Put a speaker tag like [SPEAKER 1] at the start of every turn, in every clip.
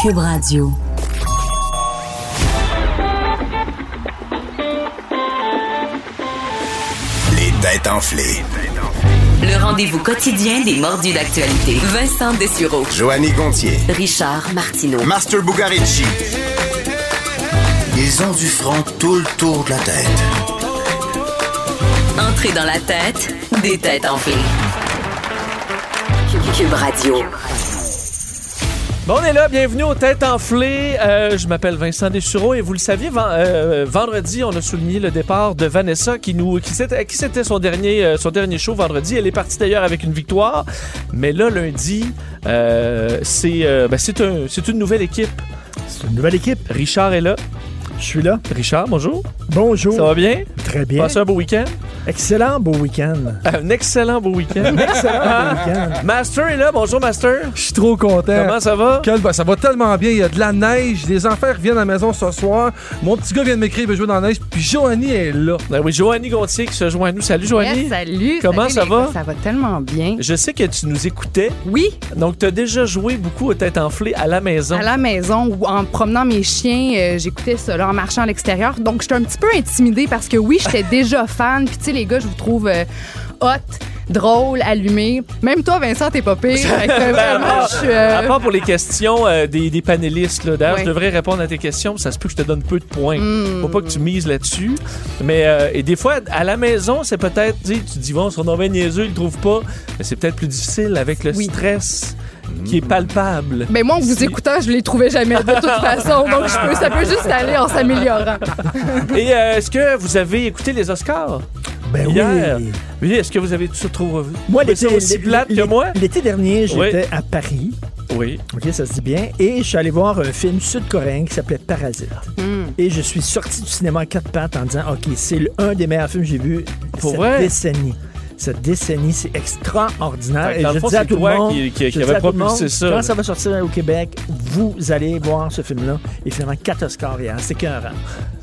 [SPEAKER 1] Cube Radio.
[SPEAKER 2] Les têtes enflées.
[SPEAKER 1] Le rendez-vous quotidien des mordus d'actualité. Vincent Dessureau.
[SPEAKER 2] Joanny Gontier.
[SPEAKER 1] Richard Martineau.
[SPEAKER 2] Master Bugarici. Ils ont du front tout le tour de la tête.
[SPEAKER 1] Entrée dans la tête des têtes enflées. Cube Radio.
[SPEAKER 3] Bon, on est là, bienvenue aux Têtes Enflées. Euh, je m'appelle Vincent Dessureau et vous le saviez, ven- euh, vendredi, on a souligné le départ de Vanessa qui nous, qui c'était, qui c'était son dernier, euh, son dernier show vendredi. Elle est partie d'ailleurs avec une victoire, mais là lundi, euh, c'est, euh, ben, c'est un, c'est une nouvelle équipe.
[SPEAKER 4] C'est une nouvelle équipe.
[SPEAKER 3] Richard est là.
[SPEAKER 4] Je suis là.
[SPEAKER 3] Richard, bonjour.
[SPEAKER 4] Bonjour.
[SPEAKER 3] Ça va bien?
[SPEAKER 4] Très bien.
[SPEAKER 3] Passez un beau week-end.
[SPEAKER 4] Excellent beau week-end.
[SPEAKER 3] Un excellent beau week-end. Ah.
[SPEAKER 4] Excellent beau week-end. Euh.
[SPEAKER 3] Master est là. Bonjour, Master.
[SPEAKER 5] Je suis trop content.
[SPEAKER 3] Comment ça va?
[SPEAKER 5] Quel- ben, ça va tellement bien. Il y a de la neige. Les enfants reviennent à la maison ce soir. Mon petit gars vient de m'écrire, il veut jouer dans la neige. Puis Joanie est là.
[SPEAKER 3] Ben oui, Joanny Gontier qui se joint à nous. Salut,
[SPEAKER 6] Yes,
[SPEAKER 3] Joanny.
[SPEAKER 6] salut.
[SPEAKER 3] Comment
[SPEAKER 6] Salut,
[SPEAKER 3] ça
[SPEAKER 6] les
[SPEAKER 3] va?
[SPEAKER 6] gars, Ça va tellement bien.
[SPEAKER 3] Je sais que tu nous écoutais.
[SPEAKER 6] Oui,
[SPEAKER 3] Donc, tu as déjà joué beaucoup aux têtes enflées à la maison.
[SPEAKER 6] à la maison ou en promenant mes chiens, euh, j'écoutais ça là, en marchant à l'extérieur. Donc, j'étais un petit peu intimidée parce que oui, j'étais déjà fan. Puis, tu sais, les gars, je vous trouve euh, hot, drôle, allumé. Même toi, Vincent, t'es pas pire. Fait que vraiment, je suis, euh,
[SPEAKER 3] Ben, À part pour les questions euh, des, des panélistes, là. D'ailleurs,
[SPEAKER 6] Ouais.
[SPEAKER 3] je devrais répondre à tes questions, mais ça se peut que je te donne peu de points.
[SPEAKER 6] Hmm.
[SPEAKER 3] Faut pas que tu mises là-dessus. Mais, euh, et des fois, à la maison, c'est peut-être, tu sais, tu te dis, bon, son nom est niaiseux, il le trouve pas. Mais c'est peut-être plus difficile avec le
[SPEAKER 6] Oui.
[SPEAKER 3] stress qui est palpable.
[SPEAKER 6] Ben moi, en vous
[SPEAKER 3] Si.
[SPEAKER 6] écoutant, je les trouvais jamais de toute façon. Donc, je peux, ça peut juste aller en s'améliorant.
[SPEAKER 3] Et euh, est-ce que vous avez écouté les Oscars?
[SPEAKER 4] Ben
[SPEAKER 3] Hier.
[SPEAKER 4] oui.
[SPEAKER 3] Oui, est-ce que vous avez tout ça trop revu?
[SPEAKER 4] Moi,
[SPEAKER 3] Vous trouvez ça aussi plate que moi?
[SPEAKER 4] L'été dernier, j'étais
[SPEAKER 3] Oui.
[SPEAKER 4] à Paris.
[SPEAKER 3] Oui.
[SPEAKER 4] OK, ça se dit bien. Et je suis allé voir un film sud-coréen qui s'appelait Parasite.
[SPEAKER 6] Hmm.
[SPEAKER 4] Et je suis sorti du cinéma à quatre pattes en disant OK, c'est le- un des meilleurs films que j'ai vu
[SPEAKER 3] Pour
[SPEAKER 4] cette
[SPEAKER 3] vrai?
[SPEAKER 4] décennie. Cette décennie, c'est extraordinaire.
[SPEAKER 3] Fait que
[SPEAKER 4] Et
[SPEAKER 3] dans le
[SPEAKER 4] je
[SPEAKER 3] fond,
[SPEAKER 4] dis à
[SPEAKER 3] c'est
[SPEAKER 4] tout le
[SPEAKER 3] toi
[SPEAKER 4] monde,
[SPEAKER 3] qui- qui-
[SPEAKER 4] je
[SPEAKER 3] qui
[SPEAKER 4] dis
[SPEAKER 3] avait
[SPEAKER 4] à tout le monde,
[SPEAKER 3] propulsé ça, là.
[SPEAKER 4] Quand ça va sortir au Québec, vous allez voir ce film-là. Et finalement, quatre Oscars hier. C'est qu'un rang.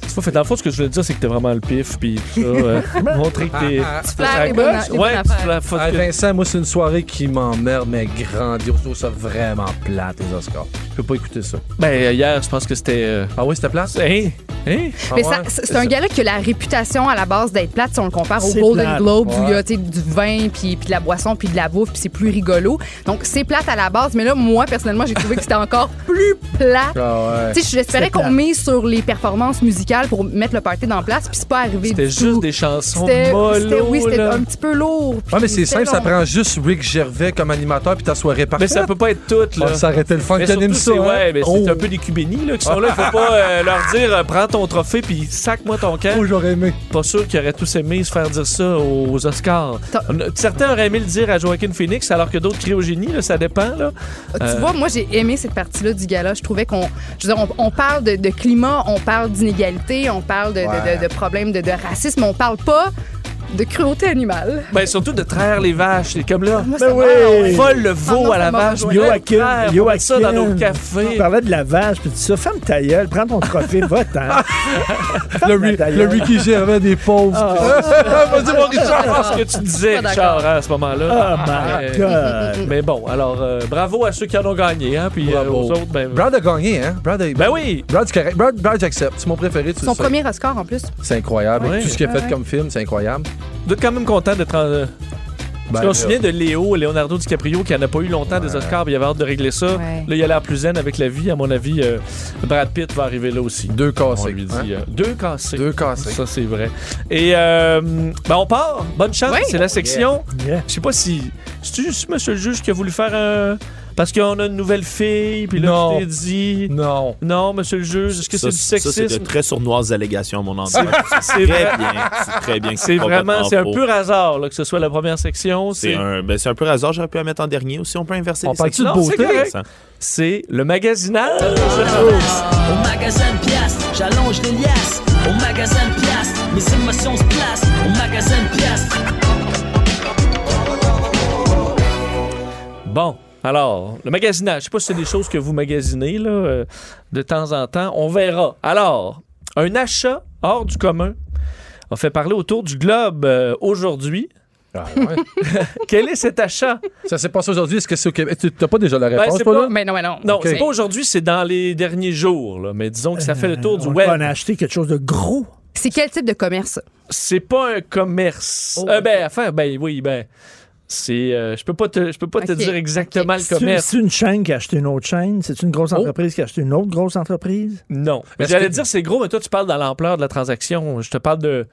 [SPEAKER 3] Tu vois, fait, dans le fond, ce que je voulais dire, c'est que t'es vraiment le pif, puis tout ça, euh, montrer que t'es.
[SPEAKER 5] Ah,
[SPEAKER 6] Tu
[SPEAKER 3] Ça
[SPEAKER 6] flaires les bonnes,
[SPEAKER 3] coche?
[SPEAKER 6] les bonnes
[SPEAKER 3] Ouais, tu
[SPEAKER 6] affaires.
[SPEAKER 3] flaires, faut
[SPEAKER 5] ah,
[SPEAKER 3] que-
[SPEAKER 5] Vincent, moi, c'est une soirée qui m'emmerde, mais grandiose. Je trouve ça vraiment plate, les Oscars. Je peux pas écouter ça.
[SPEAKER 3] Ben, euh, hier, je pense que c'était. euh,
[SPEAKER 5] Ah oui, c'était plate?
[SPEAKER 3] Hein? Hein?
[SPEAKER 5] Ah
[SPEAKER 6] Mais
[SPEAKER 5] ouais?
[SPEAKER 6] ça- c'est un gars qui a la réputation à la base d'être plate si on le compare au
[SPEAKER 4] C'est
[SPEAKER 6] Golden
[SPEAKER 4] plate.
[SPEAKER 6] Globe où il y
[SPEAKER 5] Ouais.
[SPEAKER 6] a tu sais, du vin, puis, puis de la boisson, puis de la bouffe, puis c'est plus rigolo. Donc c'est plate à la base, mais là, moi, personnellement, j'ai trouvé que c'était encore plus plate.
[SPEAKER 5] Ah ouais.
[SPEAKER 6] Tu sais, j'espérais
[SPEAKER 4] C'était plate.
[SPEAKER 6] qu'on mise sur les performances musicales pour mettre le party dans place, puis c'est pas arrivé
[SPEAKER 3] C'était
[SPEAKER 6] du
[SPEAKER 3] juste
[SPEAKER 6] tout.
[SPEAKER 3] des chansons
[SPEAKER 6] C'était, c'était-
[SPEAKER 3] mollo,
[SPEAKER 6] oui, c'était
[SPEAKER 3] là.
[SPEAKER 6] un petit peu lourd.
[SPEAKER 5] Ouais,
[SPEAKER 6] puis
[SPEAKER 5] mais c'est
[SPEAKER 6] c'était
[SPEAKER 5] simple, ça
[SPEAKER 6] long.
[SPEAKER 5] prend juste Rick Gervais comme animateur, puis ta soirée
[SPEAKER 3] Mais
[SPEAKER 5] parfaite.
[SPEAKER 3] ça peut pas être tout,
[SPEAKER 5] Ah,
[SPEAKER 3] là.
[SPEAKER 5] ça aurait été le fun
[SPEAKER 3] Mais
[SPEAKER 5] qui anime
[SPEAKER 3] surtout,
[SPEAKER 5] ça.
[SPEAKER 3] c'est- ouais,
[SPEAKER 5] hein?
[SPEAKER 3] mais
[SPEAKER 5] Oh.
[SPEAKER 3] c'est un peu des Cubénis là, qui sont là. Faut pas euh, leur dire euh, prends ton trophée puis sac-moi ton camp.
[SPEAKER 5] Oh, j'aurais aimé.
[SPEAKER 3] Pas sûr qu'ils auraient tous aimé se faire dire ça aux Oscars.
[SPEAKER 6] T'as-
[SPEAKER 3] On a- Certains auraient aimé le dire à Joaquin Phoenix, alors que d'autres crient au génie, là, ça dépend. Là. Euh,
[SPEAKER 6] Tu vois, moi, j'ai aimé cette partie-là du gala. Je trouvais qu'on. Je veux dire, on, on parle de, de climat, on parle d'inégalité, on parle de, de-
[SPEAKER 5] Ouais.
[SPEAKER 6] de- de problèmes de, de racisme, on parle pas de cruauté animale.
[SPEAKER 3] Ben, surtout de traire les vaches. C'est comme là.
[SPEAKER 6] Moi,
[SPEAKER 4] Ben
[SPEAKER 6] ça m'a-
[SPEAKER 4] oui.
[SPEAKER 3] On vole le
[SPEAKER 6] Ah
[SPEAKER 3] veau
[SPEAKER 6] non,
[SPEAKER 3] à la
[SPEAKER 6] ça m'a
[SPEAKER 3] vache.
[SPEAKER 6] rejoint.
[SPEAKER 3] puis on le
[SPEAKER 4] Joachim,
[SPEAKER 3] traire, on met ça dans nos
[SPEAKER 4] Joachim.
[SPEAKER 3] cafés.
[SPEAKER 4] Tu parlais de la vache, puis tout ça. Ferme ta gueule, prends ton trophée, va-t'en.
[SPEAKER 3] Ah,
[SPEAKER 5] Le, Ri-
[SPEAKER 4] D'ailleurs.
[SPEAKER 5] le Ricky Gervais des pauvres. Vas-y, mon Richard.
[SPEAKER 3] ce que tu disais,
[SPEAKER 6] Pas d'accord.
[SPEAKER 3] Richard, hein, à ce moment-là.
[SPEAKER 4] Oh my God.
[SPEAKER 3] Mais bon, alors, euh, bravo à ceux qui en ont gagné, hein, puis euh,
[SPEAKER 5] Bravo.
[SPEAKER 3] aux autres, ben,
[SPEAKER 5] Brad a gagné, hein? Brad, a...
[SPEAKER 3] ben oui!
[SPEAKER 5] Brad, c'est correct. Brad, Brad, j'accepte. C'est mon préféré, tu
[SPEAKER 6] Son
[SPEAKER 5] le sais.
[SPEAKER 6] premier Oscar en plus.
[SPEAKER 5] C'est incroyable.
[SPEAKER 3] Ouais.
[SPEAKER 5] Tout ce qu'il a fait
[SPEAKER 6] Ouais.
[SPEAKER 5] comme film, c'est incroyable.
[SPEAKER 3] Vous êtes quand même content d'être en... euh,
[SPEAKER 5] Ben,
[SPEAKER 3] parce qu'on
[SPEAKER 5] là.
[SPEAKER 3] se souvient de Léo, Leonardo DiCaprio, qui en a pas eu longtemps des Oscars, puis il avait hâte de régler ça.
[SPEAKER 6] Ouais.
[SPEAKER 3] Là, il a l'air plus zen avec la vie. À mon avis, euh, Brad Pitt va arriver là aussi.
[SPEAKER 5] Deux
[SPEAKER 3] On
[SPEAKER 5] cassés.
[SPEAKER 3] lui dit,
[SPEAKER 5] hein?
[SPEAKER 3] euh, deux cassés.
[SPEAKER 5] Deux cassés.
[SPEAKER 3] Ça, c'est vrai. Et euh, ben, on part. Bonne chance.
[SPEAKER 6] Oui.
[SPEAKER 3] C'est la section.
[SPEAKER 4] Yeah.
[SPEAKER 3] Je sais pas si. C'est-tu juste monsieur le juge qui a voulu faire un. Parce qu'on a une nouvelle fille, puis là,
[SPEAKER 5] Non.
[SPEAKER 3] je t'ai dit.
[SPEAKER 5] Non.
[SPEAKER 3] Non, monsieur le juge, est-ce que c'est
[SPEAKER 7] Ça,
[SPEAKER 3] du
[SPEAKER 7] Ça, c'est de
[SPEAKER 3] sexisme?
[SPEAKER 7] très sournoises allégations, mon endroit.
[SPEAKER 3] C'est vrai.
[SPEAKER 7] très bien. C'est très bien.
[SPEAKER 3] C'est vraiment,
[SPEAKER 7] complètement
[SPEAKER 3] c'est un
[SPEAKER 7] faux.
[SPEAKER 3] pur hasard là, que ce soit la première section.
[SPEAKER 7] C'est
[SPEAKER 3] C'est
[SPEAKER 7] un, ben, c'est un peu hasard, j'aurais pu la mettre en dernier aussi. On peut inverser
[SPEAKER 5] On
[SPEAKER 7] les
[SPEAKER 5] parle-tu de
[SPEAKER 3] non,
[SPEAKER 7] sections.
[SPEAKER 3] c'est
[SPEAKER 5] beauté?
[SPEAKER 3] correct. c'est le magasinage.
[SPEAKER 8] Au magasin de piastres, j'allonge les liasses. Au magasin de piastres, mes émotions se placent. Au magasin de piastres.
[SPEAKER 3] Bon, alors, le magasinage. Je sais pas si c'est des choses que vous magasinez là, euh, de temps en temps. On verra. Alors, un achat hors du commun a fait parler autour du globe euh, aujourd'hui.
[SPEAKER 5] Ah, ouais.
[SPEAKER 3] Quel est cet achat?
[SPEAKER 5] ça s'est passé aujourd'hui. Est-ce que c'est au Québec? Tu n'as pas déjà la réponse,
[SPEAKER 3] Ben, c'est
[SPEAKER 5] toi, là?
[SPEAKER 3] pas-
[SPEAKER 6] Oh, Mais non, mais non.
[SPEAKER 3] Non,
[SPEAKER 5] Ok.
[SPEAKER 3] c'est pas aujourd'hui, c'est dans les derniers jours. là. Mais disons que ça fait le tour du
[SPEAKER 4] Euh, on,
[SPEAKER 3] web.
[SPEAKER 4] On a acheté quelque chose de gros.
[SPEAKER 6] C'est quel type de commerce?
[SPEAKER 3] C'est pas un commerce.
[SPEAKER 4] Oh,
[SPEAKER 3] Euh,
[SPEAKER 4] ok.
[SPEAKER 3] ben, enfin, ben oui, ben. C'est, euh, je peux pas te, je peux pas te
[SPEAKER 6] Ok.
[SPEAKER 3] dire exactement
[SPEAKER 6] Ok.
[SPEAKER 3] le
[SPEAKER 4] C'est une,
[SPEAKER 3] commerce. Oh.
[SPEAKER 4] c'est une chaîne qui a acheté une autre chaîne. C'est une grosse entreprise qui a acheté une autre grosse entreprise.
[SPEAKER 3] Non. Mais
[SPEAKER 5] Est-ce
[SPEAKER 3] j'allais
[SPEAKER 5] que-
[SPEAKER 3] dire c'est gros, mais toi tu parles dans l'ampleur de la transaction. Je te parle de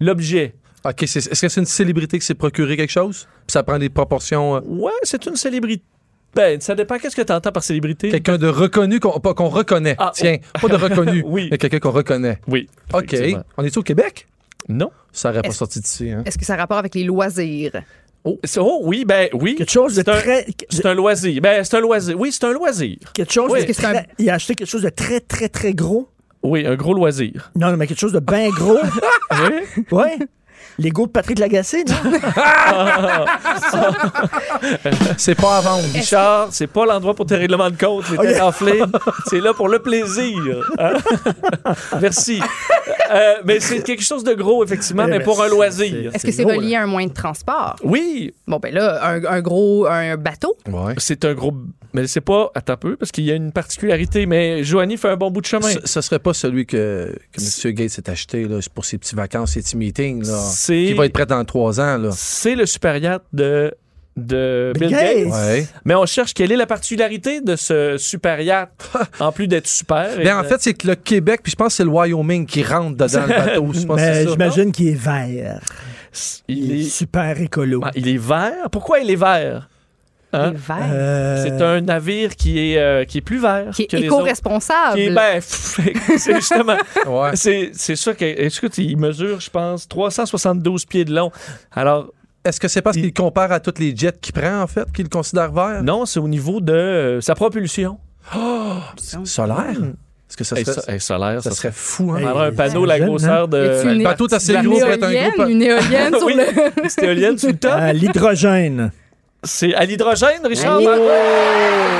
[SPEAKER 3] l'objet.
[SPEAKER 5] OK, c'est- est-ce que c'est une célébrité qui s'est procuré quelque chose? Puis ça prend des proportions. euh,
[SPEAKER 3] Ouais, c'est une célébrité. Ben, ça dépend. Qu'est-ce que tu entends par célébrité?
[SPEAKER 5] Quelqu'un de reconnu, qu'on pas- qu'on reconnaît.
[SPEAKER 3] Ah,
[SPEAKER 5] Tiens, pas de reconnu,
[SPEAKER 3] Oui.
[SPEAKER 5] mais quelqu'un qu'on reconnaît.
[SPEAKER 3] Oui.
[SPEAKER 5] OK.
[SPEAKER 3] Effectivement.
[SPEAKER 5] On est au Québec?
[SPEAKER 3] Non.
[SPEAKER 5] Ça n'aurait pas
[SPEAKER 6] Est-ce-
[SPEAKER 5] sorti d'ici. Hein?
[SPEAKER 6] Est-ce que ça a rapport avec les loisirs?
[SPEAKER 3] Oh, c'est- oh, oui, ben oui.
[SPEAKER 4] Quelque chose de
[SPEAKER 3] C'est un-
[SPEAKER 4] très.
[SPEAKER 3] C'est un loisir. Ben, c'est un loisir. Oui, c'est un loisir.
[SPEAKER 4] Quelque chose
[SPEAKER 3] Oui.
[SPEAKER 4] de
[SPEAKER 6] Est-ce que c'est
[SPEAKER 4] très- Il a acheté quelque chose de très, très, très gros.
[SPEAKER 3] Oui, un gros loisir.
[SPEAKER 4] Non, non, mais quelque chose de bien gros.
[SPEAKER 3] Oui?
[SPEAKER 4] ouais. L'ego de Patrick Lagacé, non?
[SPEAKER 5] C'est pas à vendre.
[SPEAKER 3] Richard, c'est pas l'endroit pour tes règlements de compte, les têtes enflées. C'est là pour le plaisir. hein? Merci. Euh, mais c'est quelque chose de gros, effectivement,
[SPEAKER 4] Eh,
[SPEAKER 3] mais pour un
[SPEAKER 4] merci.
[SPEAKER 3] loisir.
[SPEAKER 6] Est-ce que c'est
[SPEAKER 4] gros,
[SPEAKER 6] relié à un moyen de transport?
[SPEAKER 3] Oui,
[SPEAKER 6] Bon, ben là, un, un gros un bateau.
[SPEAKER 5] Ouais.
[SPEAKER 3] c'est un gros. Mais c'est pas. Attends un peu, parce qu'il y a une particularité. Mais Joanie fait un bon bout de chemin.
[SPEAKER 5] Ce, ce serait pas celui que, que M. Gates s'est acheté là, pour ses petites vacances, ses petits meetings, là,
[SPEAKER 3] C'est-
[SPEAKER 5] qui va être prêt dans trois ans. Là.
[SPEAKER 3] C'est le supérieur de. De Bill
[SPEAKER 5] Ben,
[SPEAKER 4] Bill
[SPEAKER 3] Gates.
[SPEAKER 4] Gates.
[SPEAKER 5] Ouais.
[SPEAKER 3] Mais on cherche quelle est la particularité de ce super yacht, en plus d'être super. euh,
[SPEAKER 5] Ben, en fait, c'est que le Québec, puis je pense que c'est le Wyoming qui rentre dedans le bateau. Je pense que c'est
[SPEAKER 4] Mais
[SPEAKER 5] ça.
[SPEAKER 4] Ben, j'imagine qu'il est vert. Il est
[SPEAKER 3] il est,
[SPEAKER 4] super écolo.
[SPEAKER 3] Ah, il est vert. Pourquoi il est vert? Hein?
[SPEAKER 6] Le vert.
[SPEAKER 4] Euh,
[SPEAKER 3] C'est un navire qui est, euh, qui est plus vert
[SPEAKER 6] qui est
[SPEAKER 3] que les autres.
[SPEAKER 6] éco-responsable.
[SPEAKER 3] Qui est- ben, pff, c'est justement.
[SPEAKER 5] Ouais.
[SPEAKER 3] c'est, c'est ça que. Est-ce que tu- il mesure, je pense, 372 pieds de long? Alors,
[SPEAKER 5] Est-ce que c'est parce qu'il le compare à tous les jets qu'il prend, en fait, qu'il le considère vert?
[SPEAKER 3] non, c'est au niveau de euh, sa propulsion.
[SPEAKER 5] Solaire? Est-ce que ça
[SPEAKER 3] Et
[SPEAKER 5] serait,
[SPEAKER 3] ça, et solaire,
[SPEAKER 5] ça
[SPEAKER 3] ça
[SPEAKER 5] serait fou, hein?
[SPEAKER 4] Hey.
[SPEAKER 3] Alors, un panneau, la
[SPEAKER 4] J'imagine, hein?
[SPEAKER 3] grosseur
[SPEAKER 6] Y a-t-il
[SPEAKER 3] Euh, de.
[SPEAKER 6] une-
[SPEAKER 5] Le bateau est assez
[SPEAKER 6] La
[SPEAKER 5] gros pour être un
[SPEAKER 6] éolienne,
[SPEAKER 5] gros. pa-
[SPEAKER 6] Une éolienne sur
[SPEAKER 3] Oui.
[SPEAKER 6] le...
[SPEAKER 3] C'était éolienne sous le
[SPEAKER 5] Ah,
[SPEAKER 3] top.
[SPEAKER 4] à Euh, L'hydrogène.
[SPEAKER 3] C'est à l'hydrogène, Richard.
[SPEAKER 6] À l'hydrogène.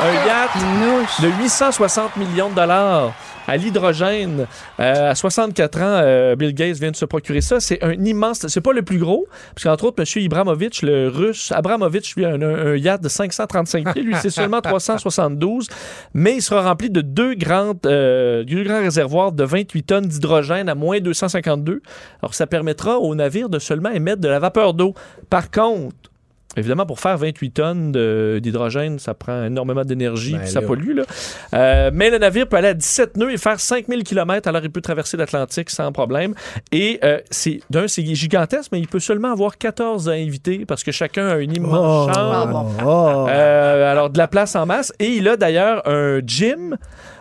[SPEAKER 3] Ouais. Un yacht
[SPEAKER 6] Pinouche.
[SPEAKER 3] de 860 millions de dollars à l'hydrogène. Euh, à 64 ans, euh, Bill Gates vient de se procurer ça. C'est un immense. C'est pas le plus gros, parce qu'entre autres, M. Ibramovich, le russe, Abramovich, lui, a un, un yacht de 535 pieds. Lui, c'est seulement 372, mais il sera rempli de deux, grandes, euh, deux grands réservoirs de 28 tonnes d'hydrogène à moins 252. Alors, ça permettra au navire de seulement émettre de la vapeur d'eau. Par contre, Évidemment, pour faire 28 tonnes de- d'hydrogène, ça prend énormément d'énergie,
[SPEAKER 5] Ben
[SPEAKER 3] puis ça
[SPEAKER 5] là.
[SPEAKER 3] pollue. Là. Euh, mais le navire peut aller à 17 nœuds et faire 5000 km, alors il peut traverser l'Atlantique sans problème. Et euh, c'est d'un, c'est gigantesque, mais il peut seulement avoir 14 invités parce que chacun a une immense
[SPEAKER 4] Oh,
[SPEAKER 6] Ah,
[SPEAKER 3] chambre.
[SPEAKER 4] oh.
[SPEAKER 3] Euh, alors, de la place en masse. Et il a d'ailleurs un gym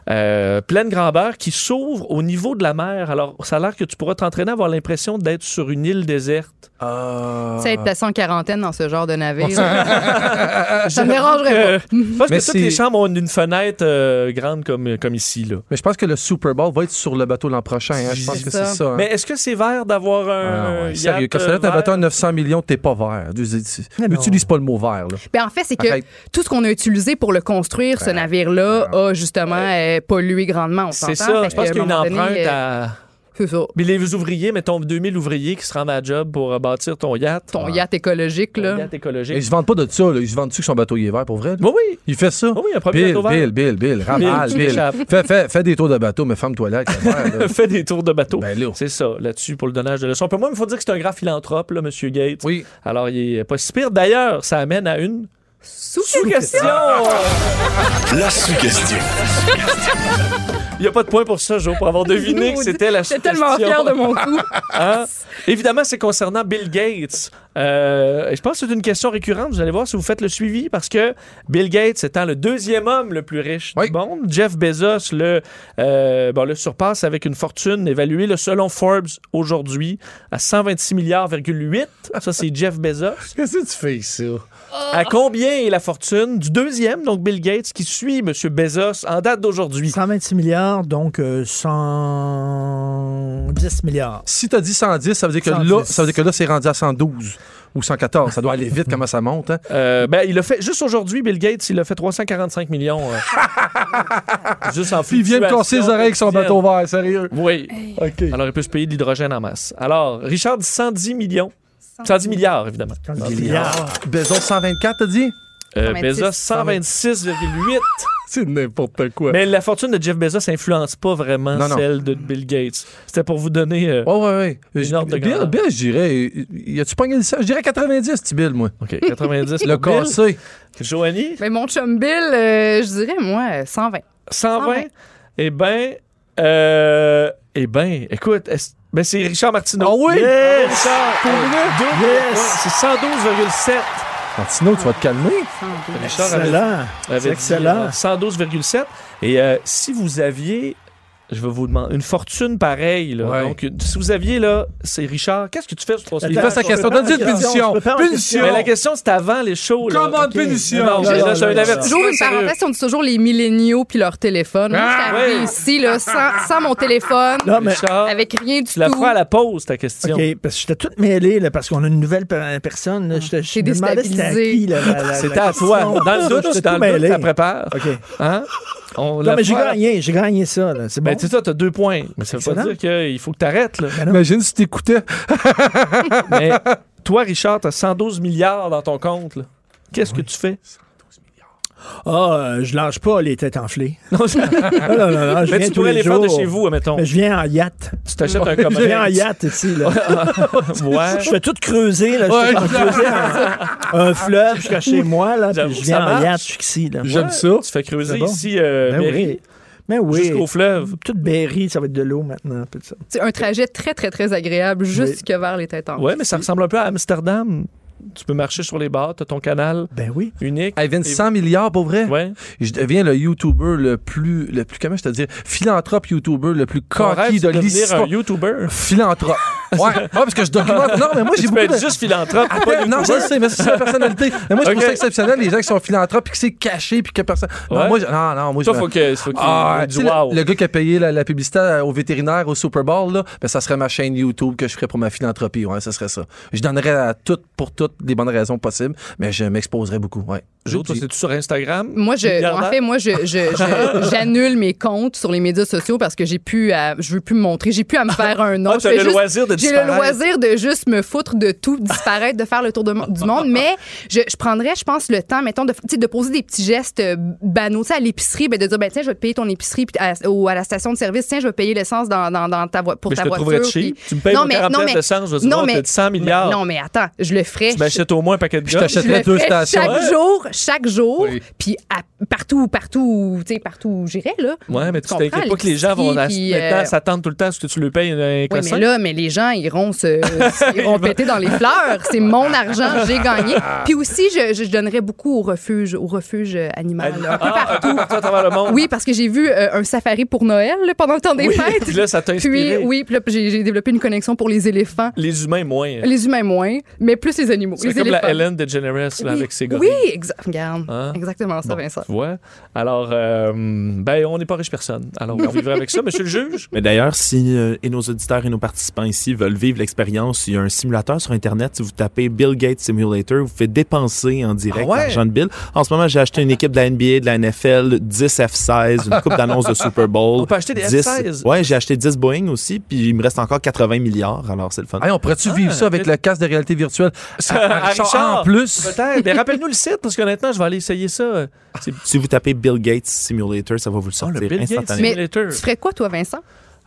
[SPEAKER 3] euh, plein de grandeur qui s'ouvre au niveau de la mer. Alors, ça a l'air que tu pourras t'entraîner à avoir l'impression d'être sur une île déserte.
[SPEAKER 5] Ah.
[SPEAKER 6] Tu sais, être placé en quarantaine dans ce genre de navire. ça me dérangerait
[SPEAKER 3] Euh,
[SPEAKER 6] pas.
[SPEAKER 3] parce
[SPEAKER 5] Mais
[SPEAKER 3] que toutes les
[SPEAKER 5] c'est-
[SPEAKER 3] chambres ont une fenêtre euh, grande comme, comme ici. Là.
[SPEAKER 5] Mais je pense que le Super Bowl va être sur le bateau l'an prochain. hein. Je pense
[SPEAKER 6] C'est
[SPEAKER 5] que c'est
[SPEAKER 6] ça.
[SPEAKER 5] ça. hein.
[SPEAKER 3] Mais est-ce que c'est vert d'avoir
[SPEAKER 5] Ah,
[SPEAKER 3] un.
[SPEAKER 5] ouais, Sérieux,
[SPEAKER 3] yacht,
[SPEAKER 5] quand ça
[SPEAKER 3] euh,
[SPEAKER 5] doit être un bateau
[SPEAKER 3] vert?
[SPEAKER 5] à 900 millions, t'es pas vert. Tu- tu- tu-
[SPEAKER 4] Mais non.
[SPEAKER 5] N'utilise pas le mot vert. là.
[SPEAKER 6] Ben, en fait, c'est que
[SPEAKER 5] Arrête.
[SPEAKER 6] tout ce qu'on a utilisé pour le construire, ce navire-là, a justement euh, pollué grandement. on
[SPEAKER 3] C'est
[SPEAKER 6] s'entend.
[SPEAKER 3] ça.
[SPEAKER 6] Fait
[SPEAKER 3] Je pense
[SPEAKER 6] qu'à
[SPEAKER 3] qu'il y a
[SPEAKER 6] un
[SPEAKER 3] une
[SPEAKER 6] moment donné,
[SPEAKER 3] empreinte
[SPEAKER 6] euh,
[SPEAKER 3] à.
[SPEAKER 6] C'est ça.
[SPEAKER 3] Mais les ouvriers, mettons 2000 ouvriers qui se rendent à job pour euh, bâtir ton yacht.
[SPEAKER 6] Ton yacht écologique,
[SPEAKER 3] Ton
[SPEAKER 6] là.
[SPEAKER 3] yacht écologique.
[SPEAKER 5] Ils se vendent pas de ça. là. Ils se vendent-tu que son bateau il est vert pour vrai? là?
[SPEAKER 3] Oui, oui.
[SPEAKER 5] Il fait ça.
[SPEAKER 3] Oh Oui, oui, un premier
[SPEAKER 5] Bill,
[SPEAKER 3] bateau vert.
[SPEAKER 5] Bill, Bill, Bill, Ramal,
[SPEAKER 3] tu
[SPEAKER 5] Bill.
[SPEAKER 3] t'échappes.
[SPEAKER 5] Fais, fais- fais des tours de bateau, mais ferme-toi là. avec la mer, là.
[SPEAKER 3] fait des tours de bateau.
[SPEAKER 5] Ben, là.
[SPEAKER 3] c'est ça, là-dessus, pour le donnage de leçons. Un peu moins, mais il faut dire que c'est un grand philanthrope, là, M. Gates.
[SPEAKER 5] Oui.
[SPEAKER 3] Alors, il est pas si pire. D'ailleurs, ça amène à une sous-question.
[SPEAKER 2] La sous-question.
[SPEAKER 3] il n'y a pas de point pour ça, Jo, pour avoir deviné que c'était la
[SPEAKER 6] J'étais
[SPEAKER 3] sous-question.
[SPEAKER 6] tellement fière de mon coup.
[SPEAKER 3] Hein? Évidemment, c'est concernant Bill Gates. Euh, et je pense que c'est une question récurrente. Vous allez voir si vous faites le suivi parce que Bill Gates étant le deuxième homme le plus riche
[SPEAKER 5] Oui.
[SPEAKER 3] du monde, Jeff Bezos le, euh, bon, le surpasse avec une fortune évaluée le, selon Forbes aujourd'hui à 126 milliards,8. Ça, c'est Jeff Bezos.
[SPEAKER 5] Qu'est-ce que tu fais ici?
[SPEAKER 3] À combien est la fortune du deuxième, donc Bill Gates, qui suit M. Bezos en date d'aujourd'hui?
[SPEAKER 4] 126 milliards, donc euh, 110 milliards.
[SPEAKER 5] Si t'as dit 110, ça veut dire que
[SPEAKER 4] 110.
[SPEAKER 5] là, ça veut dire que là, c'est rendu à 112 ou 114. Ça doit aller vite comment ça monte. hein.
[SPEAKER 3] Euh, ben, il a fait, juste aujourd'hui, Bill Gates, il a fait 345 millions. euh, juste en
[SPEAKER 5] Puis il vient me casser les oreilles avec son bateau vert, sérieux.
[SPEAKER 3] Oui.
[SPEAKER 5] OK.
[SPEAKER 3] Alors, il peut se payer de l'hydrogène en masse. Alors, Richard dit 110 millions. 110 milliards, évidemment.
[SPEAKER 4] milliards.
[SPEAKER 5] Bezos 124, t'as dit?
[SPEAKER 3] Euh,
[SPEAKER 6] 126.
[SPEAKER 3] Bezos, 126,8.
[SPEAKER 5] C'est n'importe quoi.
[SPEAKER 3] Mais la fortune de Jeff Bezos n'influence pas vraiment
[SPEAKER 5] Non, non.
[SPEAKER 3] celle de Bill Gates. C'était pour vous donner. euh,
[SPEAKER 5] Oh, ouais, ouais.
[SPEAKER 3] Une ordre de
[SPEAKER 5] Bill,
[SPEAKER 3] grandeur.
[SPEAKER 5] Bill, je dirais. Y a-tu pogné le sang? Je dirais 90, petit Bill, moi.
[SPEAKER 3] OK, 90.
[SPEAKER 5] Le
[SPEAKER 3] pour Bill.
[SPEAKER 5] cassé.
[SPEAKER 3] Joanie,
[SPEAKER 6] Mais mon chum Bill, euh, je dirais, moi, 120.
[SPEAKER 5] Ah
[SPEAKER 3] 120.
[SPEAKER 6] 120.
[SPEAKER 3] Eh bien, euh, eh ben, écoute, est-ce- ben c'est Richard Martineau.
[SPEAKER 5] Ah oui?
[SPEAKER 3] Yes! Richard,
[SPEAKER 5] Pour
[SPEAKER 3] euh,
[SPEAKER 5] vrai?
[SPEAKER 3] double,
[SPEAKER 5] Yes!
[SPEAKER 3] ouais, c'est 112,7.
[SPEAKER 5] Martino, tu vas te calmer.
[SPEAKER 6] 120.
[SPEAKER 3] Richard avait-
[SPEAKER 4] Excellent.
[SPEAKER 3] avait dit,
[SPEAKER 4] excellent.
[SPEAKER 3] euh, 112,7. Et euh, si vous aviez, je vais vous demander, une fortune pareille, là,
[SPEAKER 5] Ouais.
[SPEAKER 3] donc une- si vous aviez, là, c'est Richard, qu'est-ce que tu fais sur ton
[SPEAKER 5] Il
[SPEAKER 4] Attends,
[SPEAKER 5] fait sa
[SPEAKER 4] je
[SPEAKER 5] question.
[SPEAKER 4] peux pas
[SPEAKER 5] Donne-lui une
[SPEAKER 4] en question,
[SPEAKER 5] punition.
[SPEAKER 4] je peux pas en
[SPEAKER 5] Punition.
[SPEAKER 3] Mais la question, c'est avant les shows. là.
[SPEAKER 5] Commande
[SPEAKER 3] OK.
[SPEAKER 5] punition.
[SPEAKER 3] Non, j'ai-
[SPEAKER 4] Non,
[SPEAKER 3] là, j'ai
[SPEAKER 4] non,
[SPEAKER 3] un
[SPEAKER 4] non,
[SPEAKER 3] avertissement.
[SPEAKER 6] J'ouvre une
[SPEAKER 3] Ah, sérieux.
[SPEAKER 6] parenthèse, on dit toujours les milléniaux puis leur téléphone. Moi, je
[SPEAKER 5] Ah,
[SPEAKER 6] suis arrivée
[SPEAKER 3] ouais.
[SPEAKER 6] ici, là, sans, sans mon téléphone,
[SPEAKER 4] Là, mais.
[SPEAKER 3] Richard,
[SPEAKER 6] avec rien du
[SPEAKER 3] tu la
[SPEAKER 6] tout.
[SPEAKER 3] feras à la pause, ta question.
[SPEAKER 4] OK, parce que j'étais toute mêlée, là, parce qu'on a une nouvelle pe- personne. Là, j'étais- je
[SPEAKER 6] T'es
[SPEAKER 4] me demandais c'était à
[SPEAKER 6] déstabilisé.
[SPEAKER 4] qui, là, la- la-
[SPEAKER 3] C'était
[SPEAKER 4] la
[SPEAKER 3] à toi.
[SPEAKER 4] question.
[SPEAKER 3] Dans le doute,
[SPEAKER 4] J'étais
[SPEAKER 3] dans
[SPEAKER 4] tout
[SPEAKER 3] le doute,
[SPEAKER 4] mêlé.
[SPEAKER 3] t'as préparé.
[SPEAKER 4] OK.
[SPEAKER 3] Hein? On
[SPEAKER 4] Non,
[SPEAKER 3] la
[SPEAKER 4] mais j'ai
[SPEAKER 3] fera-
[SPEAKER 4] gagné, j'ai gagné ça, là. C'est bon.
[SPEAKER 3] Ben, tu sais ça, t'as deux points. Mais ça veut pas
[SPEAKER 4] Excellent.
[SPEAKER 3] dire qu'il faut que t'arrêtes, là.
[SPEAKER 5] Imagine si t'écoutais.
[SPEAKER 3] mais toi, Richard, t'as 112 milliards dans ton compte, là. Qu'est-ce que tu fais?
[SPEAKER 4] Ah, euh, je lâche pas les têtes enflées.
[SPEAKER 3] Non, je-
[SPEAKER 4] Ah, non, non, non, je
[SPEAKER 3] mais
[SPEAKER 4] viens
[SPEAKER 3] tu
[SPEAKER 4] tous
[SPEAKER 3] pourrais les faire de
[SPEAKER 4] jours.
[SPEAKER 3] chez vous, mettons.
[SPEAKER 4] Mais je viens en yacht.
[SPEAKER 3] Tu t'achètes un
[SPEAKER 4] Je viens en
[SPEAKER 3] commode.
[SPEAKER 4] yacht ici, là.
[SPEAKER 3] Ouais.
[SPEAKER 4] Je fais tout creuser, là. Je
[SPEAKER 5] Ouais,
[SPEAKER 4] fais tout creuser un, un fleuve jusqu'à chez moi, là. Puis
[SPEAKER 3] J'avoue,
[SPEAKER 4] je
[SPEAKER 3] ça
[SPEAKER 4] viens en
[SPEAKER 3] marche.
[SPEAKER 4] yacht jusqu'ici, là.
[SPEAKER 5] J'aime
[SPEAKER 3] Ouais.
[SPEAKER 5] ça.
[SPEAKER 3] Tu fais creuser
[SPEAKER 4] C'est bon.
[SPEAKER 3] ici, euh,
[SPEAKER 4] Ben
[SPEAKER 3] Berry,
[SPEAKER 4] oui. Mais oui.
[SPEAKER 3] jusqu'au fleuve.
[SPEAKER 4] Toute Berry, ça va être de l'eau maintenant. puis ça.
[SPEAKER 6] C'est un trajet très, très, très agréable jusque vers les
[SPEAKER 4] Ah.
[SPEAKER 6] têtes en
[SPEAKER 3] Ouais, mais ça ressemble un peu à Amsterdam. Tu peux marcher sur les bars, t'as ton canal
[SPEAKER 4] Ben oui.
[SPEAKER 3] unique.
[SPEAKER 5] Hey, Vince, 100 milliards, pour vrai?
[SPEAKER 3] Ouais.
[SPEAKER 5] Je deviens le YouTuber le plus. le plus Comment je te dis? Philanthrope YouTuber le plus
[SPEAKER 3] Ton rêve,
[SPEAKER 5] coquille
[SPEAKER 3] c'est
[SPEAKER 5] de
[SPEAKER 3] devenir un
[SPEAKER 5] l'histoire.
[SPEAKER 3] YouTuber.
[SPEAKER 5] Philanthrope. Ouais. ouais, parce que je documente. Non, mais moi, j'ai
[SPEAKER 3] Tu
[SPEAKER 5] beaucoup
[SPEAKER 3] peux être
[SPEAKER 5] de.
[SPEAKER 3] juste philanthrope. pas
[SPEAKER 5] Attends, non, je le sais, mais c'est sa personnalité. Mais moi, je trouve
[SPEAKER 3] Ok.
[SPEAKER 5] ça exceptionnel, les gens qui sont philanthropes puis qui c'est caché puis que personne. Non,
[SPEAKER 3] Ouais.
[SPEAKER 5] moi, je- non, non, moi, je.
[SPEAKER 3] Toi, faut que, faut qu'il
[SPEAKER 5] Ah,
[SPEAKER 3] du
[SPEAKER 5] tu sais, le-
[SPEAKER 3] wow.
[SPEAKER 5] le, gars qui a payé la, la publicité à- au vétérinaire au Super Bowl, là, ben, ça serait ma chaîne YouTube que je ferais pour ma philanthropie. Ouais, ça serait ça. Je donnerais à toutes, pour toutes, des bonnes raisons possibles, mais je m'exposerais beaucoup. Ouais.
[SPEAKER 3] Jo, toi, c'est-tu sur Instagram?
[SPEAKER 6] Moi, je,
[SPEAKER 3] Milliardaire?
[SPEAKER 6] en fait, moi, je, je- je- j'annule mes comptes sur les médias sociaux parce que j'ai plus à, je veux plus me montrer, j'ai plus à me faire un nom.
[SPEAKER 3] Ah,
[SPEAKER 6] Je
[SPEAKER 3] t'as
[SPEAKER 6] fais
[SPEAKER 3] le
[SPEAKER 6] juste-
[SPEAKER 3] loisir de
[SPEAKER 6] j'ai le
[SPEAKER 3] disparaître.
[SPEAKER 6] loisir de juste me foutre de tout, disparaître, de faire le tour de mon- du monde. Mais je, je prendrais, je pense, le temps, mettons, de, tu sais, de poser des petits gestes euh, banaux. Tu sais, à l'épicerie, ben, de dire, ben, tiens, je vais te payer ton épicerie puis à, ou à la station de service, tiens, je vais payer l'essence dans, dans, dans ta, voi- pour
[SPEAKER 3] Mais je
[SPEAKER 6] ta
[SPEAKER 3] te trouverais
[SPEAKER 6] voiture.
[SPEAKER 3] cheap.
[SPEAKER 6] puis-
[SPEAKER 3] Tu me payes
[SPEAKER 6] Non,
[SPEAKER 3] mon
[SPEAKER 6] mais-
[SPEAKER 3] 40
[SPEAKER 6] non,
[SPEAKER 3] pièces de
[SPEAKER 6] mais-
[SPEAKER 3] sens, je vais te
[SPEAKER 6] non,
[SPEAKER 3] dire,
[SPEAKER 6] mais-
[SPEAKER 3] t'as 100 milliards.
[SPEAKER 6] Non, mais attends, je le ferais.
[SPEAKER 3] Tu
[SPEAKER 6] je-
[SPEAKER 3] m'achètes au moins un paquet de gars.
[SPEAKER 5] t'achète-
[SPEAKER 6] je le
[SPEAKER 5] Faites-le deux
[SPEAKER 6] fais
[SPEAKER 5] stations.
[SPEAKER 6] Chaque
[SPEAKER 5] Ouais.
[SPEAKER 6] jour, chaque jour,
[SPEAKER 5] Oui.
[SPEAKER 6] puis à- partout, partout, tu sais, partout où j'irais, là.
[SPEAKER 3] Ouais, mais tu
[SPEAKER 6] comprends,
[SPEAKER 3] t'inquiètes pas que les gens vont
[SPEAKER 6] l'épicerie,
[SPEAKER 3] à-
[SPEAKER 6] puis,
[SPEAKER 3] maintenant
[SPEAKER 6] euh,
[SPEAKER 3] s'attendre tout le temps à ce que tu lui payes un
[SPEAKER 6] Oui,
[SPEAKER 3] cossin.
[SPEAKER 6] mais là, mais les gens iront se iront péter dans les fleurs. C'est mon argent, j'ai gagné.
[SPEAKER 3] Ah.
[SPEAKER 6] Puis aussi, je, je donnerais beaucoup au refuge, au refuge euh, animal, là, un peu
[SPEAKER 3] Ah, un
[SPEAKER 6] partout.
[SPEAKER 3] peu partout à travers le monde.
[SPEAKER 6] Oui, parce que j'ai vu euh, un safari pour Noël là, pendant le temps des
[SPEAKER 3] Oui,
[SPEAKER 6] fêtes.
[SPEAKER 3] puis là, ça t'a
[SPEAKER 6] Puis
[SPEAKER 3] inspiré.
[SPEAKER 6] oui, puis là, j'ai j'ai développé une connexion pour les éléphants.
[SPEAKER 3] Les humains, moins.
[SPEAKER 6] Les humains moins, mais plus les animaux.
[SPEAKER 3] C'est
[SPEAKER 6] Les
[SPEAKER 3] comme
[SPEAKER 6] éléphants.
[SPEAKER 3] la Hélène DeGeneres là, avec ses
[SPEAKER 6] Oui,
[SPEAKER 3] gorilles.
[SPEAKER 6] exact. Regarde,
[SPEAKER 3] Hein?
[SPEAKER 6] exactement ça,
[SPEAKER 3] Bon,
[SPEAKER 6] Vincent.
[SPEAKER 3] tu vois. Alors, euh, ben, on n'est pas riche personne. Alors, on vivra avec ça, monsieur le juge.
[SPEAKER 7] Mais d'ailleurs, si euh, et nos auditeurs et nos participants ici veulent vivre l'expérience, il y a un simulateur sur Internet. Si vous tapez Bill Gates Simulator, vous faites dépenser en direct
[SPEAKER 5] Ah ouais?
[SPEAKER 7] l'argent de Bill. En ce moment, j'ai acheté une équipe de la NBA, de la NFL, 10 F-16, une coupe d'annonces de Super Bowl.
[SPEAKER 3] On peut acheter des
[SPEAKER 7] 10
[SPEAKER 3] F-16?
[SPEAKER 7] Ouais, j'ai acheté 10 Boeing aussi, puis il me reste encore 80 milliards, alors c'est le fun.
[SPEAKER 5] Hey, on
[SPEAKER 3] Ah,
[SPEAKER 5] pourrait-tu vivre ça avec le casque de réalité virtuelle? Ah,
[SPEAKER 3] À
[SPEAKER 5] Richard, en plus.
[SPEAKER 3] Peut-être. Mais rappelle-nous le site, parce que honnêtement, je vais aller essayer ça. C'est
[SPEAKER 7] Si vous tapez Bill Gates Simulator, ça va vous le
[SPEAKER 3] Oh,
[SPEAKER 7] sortir
[SPEAKER 3] le Bill Gates
[SPEAKER 7] instantanément.
[SPEAKER 6] Mais
[SPEAKER 3] Simulator.
[SPEAKER 6] tu ferais quoi, toi, Vincent?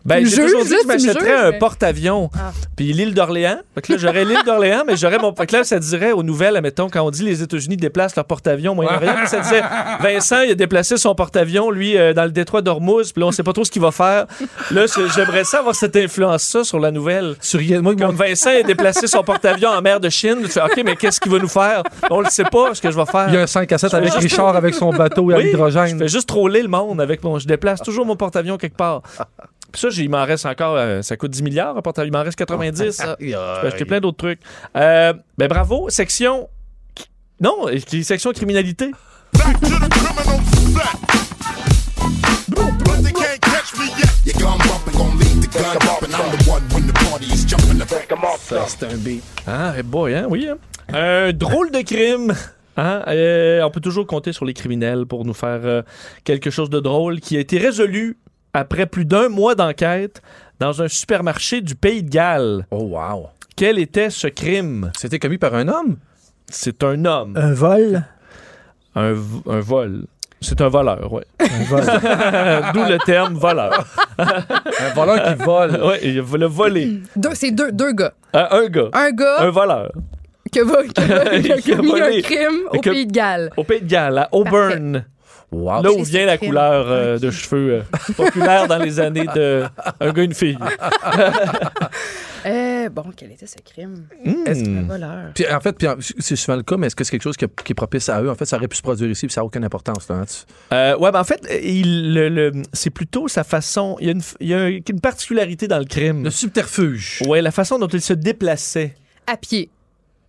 [SPEAKER 3] Ben,
[SPEAKER 6] Tu
[SPEAKER 3] j'ai
[SPEAKER 6] me
[SPEAKER 3] toujours
[SPEAKER 6] juges,
[SPEAKER 3] dit
[SPEAKER 6] là,
[SPEAKER 3] que je
[SPEAKER 6] tu me
[SPEAKER 3] m'achèterais
[SPEAKER 6] juges,
[SPEAKER 3] un
[SPEAKER 6] mais-
[SPEAKER 3] porte-avions,
[SPEAKER 6] Ah.
[SPEAKER 3] puis l'île d'Orléans. Fait que là, j'aurais l'île d'Orléans, mais j'aurais mon... Fait que là, ça dirait aux nouvelles, admettons, quand on dit les États-Unis déplacent leur porte-avions au Moyen-Orient, puis ça disait Vincent, il a déplacé son porte-avions, lui, euh, dans le détroit d'Ormuz, puis là, on sait pas trop ce qu'il va faire. Là, c'est- j'aimerais ça avoir cette influence-ça sur la nouvelle.
[SPEAKER 5] Sur, moi, mon-
[SPEAKER 3] Comme Vincent a déplacé son porte-avions en mer de Chine, tu fais, OK, mais qu'est-ce qu'il va nous faire? On le sait pas, ce que je vais faire.
[SPEAKER 5] il y a un 5 à 7 avec Richard avec son bateau et à
[SPEAKER 3] Oui, Je
[SPEAKER 5] l'hydrogène.
[SPEAKER 3] fais juste troller le monde avec mon. Je déplace toujours mon porte-avions quelque part. Puis ça, j'ai- il m'en reste encore. euh, ça coûte 10 milliards, un porte-avions. Il m'en reste 90. ça. Je peux acheter plein d'autres trucs. Euh, ben bravo, section. qui- Non, euh, qui- section criminalité. Ah, eh boy, hein, oui. hein. Un drôle de crime. Hein, euh, on peut toujours compter sur les criminels pour nous faire euh, quelque chose de drôle qui a été résolu après plus d'un mois d'enquête dans un supermarché du Pays de Galles.
[SPEAKER 5] Oh, wow.
[SPEAKER 3] Quel était ce crime?
[SPEAKER 5] C'était commis par un homme?
[SPEAKER 3] C'est un homme.
[SPEAKER 4] Un vol?
[SPEAKER 3] Un, v- un vol. C'est un voleur, oui.
[SPEAKER 4] Un vol.
[SPEAKER 3] D'où le terme voleur.
[SPEAKER 5] Un voleur qui vole.
[SPEAKER 3] Oui, il va le voler.
[SPEAKER 6] Deux- c'est deux, deux gars.
[SPEAKER 3] Un- un gars.
[SPEAKER 6] Un gars
[SPEAKER 3] Un voleur.
[SPEAKER 6] qui va- qui va- qui a
[SPEAKER 3] Qui a
[SPEAKER 6] commis
[SPEAKER 3] volé.
[SPEAKER 6] un crime au
[SPEAKER 3] Que-
[SPEAKER 6] Pays de Galles.
[SPEAKER 3] Au Pays de Galles, à Auburn,
[SPEAKER 5] Wow.
[SPEAKER 3] là où
[SPEAKER 6] C'est
[SPEAKER 3] vient la
[SPEAKER 6] crime.
[SPEAKER 3] couleur euh, de cheveux euh, populaire dans les années de un gars une fille.
[SPEAKER 6] Euh, bon, quel était ce crime? Est-ce
[SPEAKER 3] Hmm.
[SPEAKER 6] qu'un voleur?
[SPEAKER 5] Puis, en fait, puis, en- c'est souvent le cas, mais est-ce que c'est quelque chose qui, qui est propice à eux? En fait, ça aurait pu se produire ici, puis ça n'a aucune importance. là, hein, tu-
[SPEAKER 3] Euh, ouais, ben en fait, il, le- le- c'est plutôt sa façon. Il y a une, f- il y a une particularité dans le crime.
[SPEAKER 5] Le subterfuge.
[SPEAKER 3] Ouais, la façon dont il se déplaçait.
[SPEAKER 6] À pied.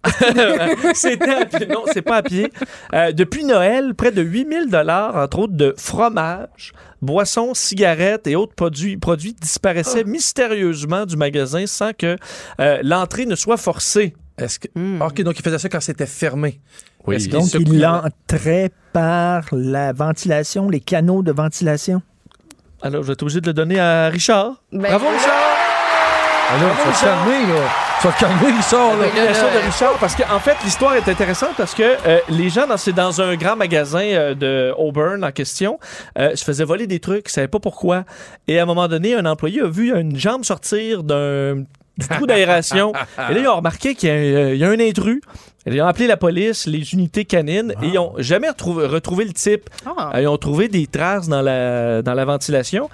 [SPEAKER 3] C'était à pied. Non, c'est pas à pied. Euh, depuis Noël, près de 8000 dollars, entre autres, de fromage, boissons, cigarettes et autres produits, produits disparaissaient mystérieusement du magasin sans que euh, l'entrée ne soit forcée.
[SPEAKER 5] Est-ce que... Ah,
[SPEAKER 6] Hmm.
[SPEAKER 5] OK, donc il faisait ça quand c'était fermé.
[SPEAKER 3] Oui.
[SPEAKER 5] Est-ce qu'il
[SPEAKER 4] Donc,
[SPEAKER 5] se-
[SPEAKER 4] il l'entrait par la ventilation, les canaux de ventilation.
[SPEAKER 3] Alors, je vais être obligé de le donner à Richard.
[SPEAKER 6] Ben,
[SPEAKER 3] Bravo, Richard!
[SPEAKER 5] Ah là, faut te calmer, là. Faut te calmer, il sort, là.
[SPEAKER 6] Oui, là,
[SPEAKER 3] Réaction
[SPEAKER 6] là,
[SPEAKER 3] de Richard, parce qu'en fait, l'histoire est intéressante parce que euh, les gens, dans, c'est dans un grand magasin euh, de Auburn en question, euh, se faisaient voler des trucs, ils savaient pas pourquoi. Et à un moment donné, un employé a vu une jambe sortir d'un du trou d'aération. Et là, ils ont remarqué qu'il y a, euh, il y a un intrus. Et Ils ont appelé la police, les unités canines, et ils ont jamais retrouvé, retrouvé le type.
[SPEAKER 6] Ah.
[SPEAKER 3] Euh, Ils ont trouvé des traces dans la, dans la ventilation.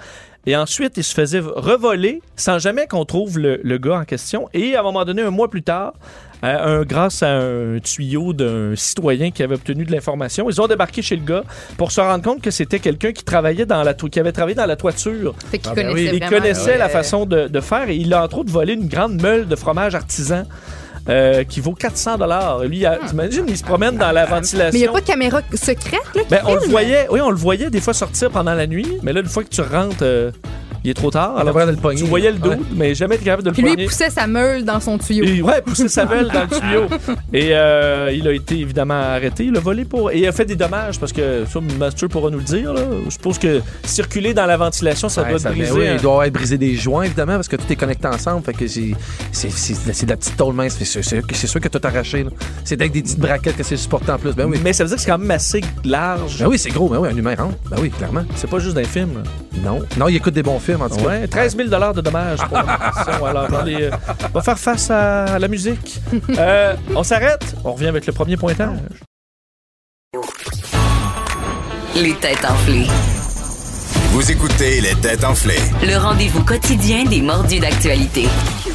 [SPEAKER 3] Et ensuite, ils se faisaient revoler sans jamais qu'on trouve le, le gars en question. Et à un moment donné, un mois plus tard, euh, un- grâce à un tuyau d'un citoyen qui avait obtenu de l'information, ils ont débarqué chez le gars pour se rendre compte que c'était quelqu'un qui travaillait dans la to- qui avait travaillé dans la toiture.
[SPEAKER 6] Fait qu'il
[SPEAKER 5] Ah, ben
[SPEAKER 6] connaissait
[SPEAKER 5] oui,
[SPEAKER 3] Il
[SPEAKER 6] vraiment
[SPEAKER 3] connaissait
[SPEAKER 6] le-
[SPEAKER 3] la façon de, de faire et il a entre autres volé une grande meule de fromage artisan. euh, qui vaut 400 dollars. Lui, il a- t'imagines, il se promène dans la ventilation.
[SPEAKER 6] Hmm. Mais il n'y a pas de hein. caméra secrète, là, qui
[SPEAKER 3] Ben, on le
[SPEAKER 6] filme?
[SPEAKER 3] voyait, oui, on le voyait des fois sortir pendant la nuit, mais là, une fois que tu rentres, euh, il est trop tard. Alors,
[SPEAKER 5] devrait
[SPEAKER 3] tu,
[SPEAKER 5] le pogner.
[SPEAKER 3] tu voyais le dos,
[SPEAKER 5] Ouais.
[SPEAKER 3] mais jamais t'es capable de le
[SPEAKER 6] Puis lui, il
[SPEAKER 3] poigner.
[SPEAKER 6] poussait sa meule dans son tuyau.
[SPEAKER 3] Et, ouais, pousser sa belle dans le tuyau. Et euh, il a été évidemment arrêté. Il a volé pour. Et il a fait des dommages parce que, ça, Master pourra nous le dire. Là. Je suppose que circuler dans la ventilation, ça
[SPEAKER 5] Ouais,
[SPEAKER 3] doit
[SPEAKER 5] ça-
[SPEAKER 3] te
[SPEAKER 5] ben
[SPEAKER 3] briser. hein.
[SPEAKER 5] oui,
[SPEAKER 3] un-
[SPEAKER 5] Il doit être brisé des joints, évidemment, parce que tout est connecté ensemble. Fait que c'est c'est- c'est- c'est de la petite tôle mince. C'est sûr, c'est- c'est sûr que tout arraché. là. C'est avec des petites braquettes que c'est supporté en plus. Ben oui.
[SPEAKER 3] Mais ça veut dire que c'est quand même assez large.
[SPEAKER 5] Ben oui, c'est gros. Ben oui, un humain rentre. Ben oui, clairement.
[SPEAKER 3] C'est pas juste d'un film.
[SPEAKER 5] Non. Non, il écoute des bons films, en tout cas.
[SPEAKER 3] Ouais, 13 000 de dommages pour la compétition. Alors, on, est, euh, on va faire face à la musique. Euh, on s'arrête. On revient avec le premier pointage.
[SPEAKER 1] Les têtes enflées.
[SPEAKER 2] Vous écoutez les têtes enflées.
[SPEAKER 1] Le rendez-vous quotidien des mordus d'actualité.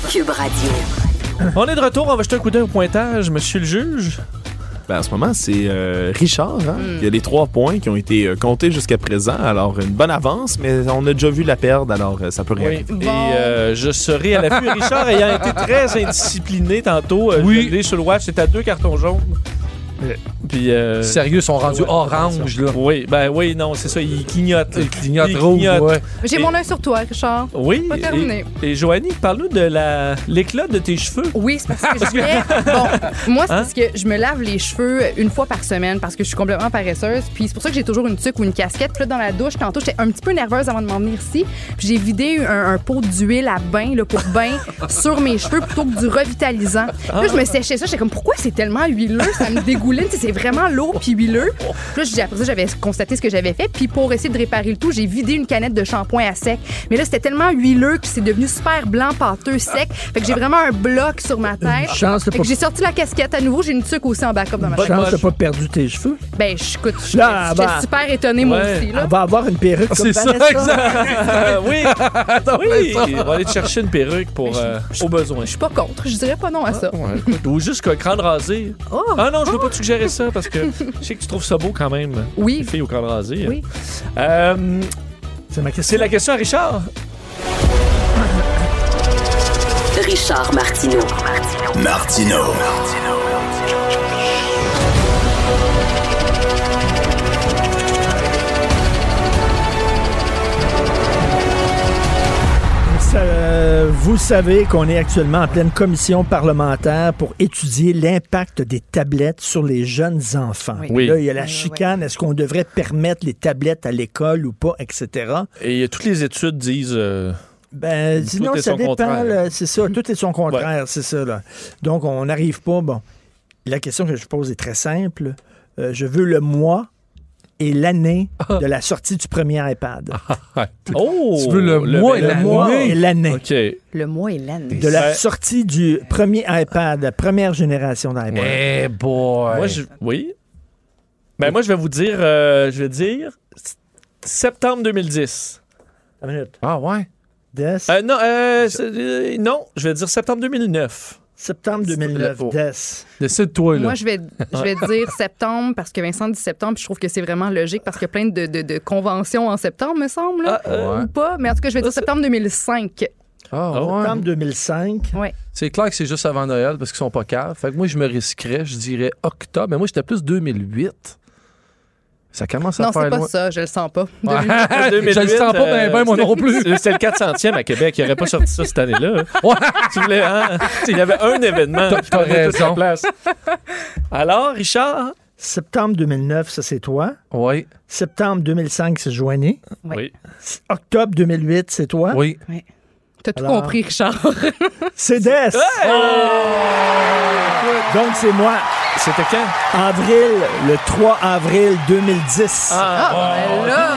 [SPEAKER 1] Cube Radio.
[SPEAKER 3] On est de retour, on va jeter un coup d'œil au pointage, monsieur le juge.
[SPEAKER 7] Ben, en ce moment, c'est euh, Richard. hein. Il y a les trois points qui ont été euh, comptés jusqu'à présent. Alors, une bonne avance, mais on a déjà vu la perdre, alors euh, ça peut rien. arriver.
[SPEAKER 3] Et euh, je serai à l'affût. Richard ayant été très indiscipliné tantôt, euh,
[SPEAKER 5] Oui.
[SPEAKER 3] je l'ai sur le watch, c'est à deux cartons jaunes. Euh, Puis. euh,
[SPEAKER 5] Sérieux, ils sont rendus
[SPEAKER 3] ouais,
[SPEAKER 5] orange, là.
[SPEAKER 3] Oui, ben oui, non, c'est ça, il clignote.
[SPEAKER 5] Ils clignotent
[SPEAKER 3] Il
[SPEAKER 5] rouge, ouais.
[SPEAKER 6] J'ai
[SPEAKER 3] et-
[SPEAKER 6] mon œil sur toi, Richard.
[SPEAKER 3] Oui.
[SPEAKER 6] Pas
[SPEAKER 3] et-
[SPEAKER 6] terminé.
[SPEAKER 3] Et, Joanie, parle-nous de la- l'éclat de tes cheveux.
[SPEAKER 6] Oui, c'est parce que je voulais. Bon, moi, c'est
[SPEAKER 3] Hein?
[SPEAKER 6] parce que je me lave les cheveux une fois par semaine parce que je suis complètement paresseuse. Puis c'est pour ça que j'ai toujours une tuque ou une casquette. Puis là, dans la douche, tantôt, j'étais un petit peu nerveuse avant de m'en venir ici. Puis j'ai vidé un, un pot d'huile à bain, le pot de bain, sur mes cheveux plutôt que du revitalisant. Puis là, je me séchais ça. J'étais comme, pourquoi c'est tellement huileux? Ça me dégouline. Tu sais, c'est vraiment l'eau puis huileux. Puis là, j'ai- après ça, j'avais constaté ce que j'avais fait. Puis pour essayer de réparer le tout, j'ai vidé une canette de shampoing à sec. Mais là, c'était tellement huileux que c'est devenu super blanc, pâteux, sec. Fait que j'ai vraiment un bloc sur ma tête.
[SPEAKER 4] Chance, t'as
[SPEAKER 6] Fait que
[SPEAKER 4] pas,
[SPEAKER 6] j'ai sorti la casquette à nouveau, j'ai une tuque aussi en backup dans ma
[SPEAKER 3] Bonne
[SPEAKER 6] chambre.
[SPEAKER 4] chance, t'as
[SPEAKER 3] poche.
[SPEAKER 4] pas perdu tes cheveux.
[SPEAKER 6] Ben, je- écoute, je-
[SPEAKER 4] Là,
[SPEAKER 6] j'étais
[SPEAKER 4] bah.
[SPEAKER 6] super étonnée, moi
[SPEAKER 3] Ouais. Ah
[SPEAKER 6] aussi.
[SPEAKER 4] On
[SPEAKER 6] Là.
[SPEAKER 4] va avoir une perruque comme
[SPEAKER 5] C'est ça,
[SPEAKER 4] Vanessa.
[SPEAKER 3] Euh, oui. oui. On va aller te chercher une perruque pour euh, au besoin.
[SPEAKER 6] Je suis pas contre, je dirais pas non à ça.
[SPEAKER 3] Ah Ouais, écoute, Ou juste un crâne rasé.
[SPEAKER 6] Oh,
[SPEAKER 3] Ah non, je veux pas te suggérer ça parce que je sais que tu trouves ça beau quand même. Les
[SPEAKER 6] oui.
[SPEAKER 3] filles au crâne rasé.
[SPEAKER 6] Oui.
[SPEAKER 3] Euh,
[SPEAKER 4] C'est ma question.
[SPEAKER 3] c'est la question à Richard.
[SPEAKER 1] Richard Martineau.
[SPEAKER 2] Martino.
[SPEAKER 4] Ça, euh, vous savez qu'on est actuellement en pleine commission parlementaire pour étudier l'impact des tablettes sur les jeunes enfants.
[SPEAKER 6] Oui.
[SPEAKER 3] Oui.
[SPEAKER 4] Là, il y a la
[SPEAKER 6] Ouais,
[SPEAKER 4] chicane. Est-ce qu'on devrait permettre les tablettes à l'école ou pas, etc.
[SPEAKER 3] Et toutes les études disent euh,
[SPEAKER 4] Ben, sinon,
[SPEAKER 3] est
[SPEAKER 4] ça
[SPEAKER 3] son
[SPEAKER 4] dépend.
[SPEAKER 3] contraire.
[SPEAKER 4] là, C'est ça. Tout est son contraire, c'est ça. Là. Donc, on n'arrive pas. Bon, la question que je pose est très simple. Euh, je veux le mois et l'année
[SPEAKER 3] Ah.
[SPEAKER 4] de la sortie du premier iPad.
[SPEAKER 3] Oh!
[SPEAKER 5] Tu veux le mois et
[SPEAKER 4] le mois et l'année
[SPEAKER 3] OK. Eh
[SPEAKER 6] Le mois est l'année.
[SPEAKER 4] de la
[SPEAKER 3] Ben-
[SPEAKER 4] sortie du premier iPad, la première génération d'iPad.
[SPEAKER 3] Eh.
[SPEAKER 5] Eh, boy!
[SPEAKER 3] Moi, je... Oui. Ben, moi, je vais vous dire, euh, je vais dire s- septembre 2010.
[SPEAKER 4] Une minute.
[SPEAKER 5] Ah ouais?
[SPEAKER 4] Des-
[SPEAKER 3] Euh, non, euh, c'est- euh, non, je vais dire septembre 2009.
[SPEAKER 4] septembre 2009.
[SPEAKER 5] Oh.
[SPEAKER 4] Des.
[SPEAKER 5] Décide-toi, là.
[SPEAKER 6] Moi, je vais, je vais dire septembre parce que Vincent dit septembre, puis je trouve que c'est vraiment logique parce qu'il y a plein de, de- de conventions en septembre, me semble. là.
[SPEAKER 3] Ah, euh,
[SPEAKER 5] Ouais.
[SPEAKER 6] Ou pas, mais en tout cas, je vais dire septembre 2005.
[SPEAKER 5] Ah, ouais.
[SPEAKER 4] Septembre 2005.
[SPEAKER 6] Ouais.
[SPEAKER 5] C'est clair que c'est juste avant Noël parce qu'ils sont pas caves. Fait que moi, je me risquerais, je dirais octobre. Mais moi, j'étais plus 2008. Ça commence à
[SPEAKER 6] non,
[SPEAKER 5] faire
[SPEAKER 6] c'est pas
[SPEAKER 5] loin.
[SPEAKER 6] ça, je le sens pas. 2008.
[SPEAKER 5] Ouais. je le
[SPEAKER 3] 2008,
[SPEAKER 5] sens pas ben, ben, moi
[SPEAKER 3] euh,
[SPEAKER 5] non plus.
[SPEAKER 3] C'était le 400e à Québec. Il n'aurait pas sorti ça cette année-là.
[SPEAKER 5] Ouais.
[SPEAKER 3] Tu voulais, hein? Tu sais, Il y avait un événement.
[SPEAKER 5] T'as-
[SPEAKER 3] qui
[SPEAKER 5] t'as
[SPEAKER 3] prenait toute la
[SPEAKER 5] raison.
[SPEAKER 3] place. Alors, Richard?
[SPEAKER 4] Septembre 2009, ça c'est toi.
[SPEAKER 5] Oui,
[SPEAKER 4] Septembre 2005, c'est Joanie.
[SPEAKER 6] Ouais.
[SPEAKER 3] Oui.
[SPEAKER 4] Octobre 2008, c'est toi.
[SPEAKER 5] oui.
[SPEAKER 6] T'as tout
[SPEAKER 4] Alors-
[SPEAKER 6] compris, Richard.
[SPEAKER 4] C'est Des. Oh! Donc c'est moi.
[SPEAKER 3] C'était quand?
[SPEAKER 4] Avril, le 3 avril 2010.
[SPEAKER 6] Ah, ben là!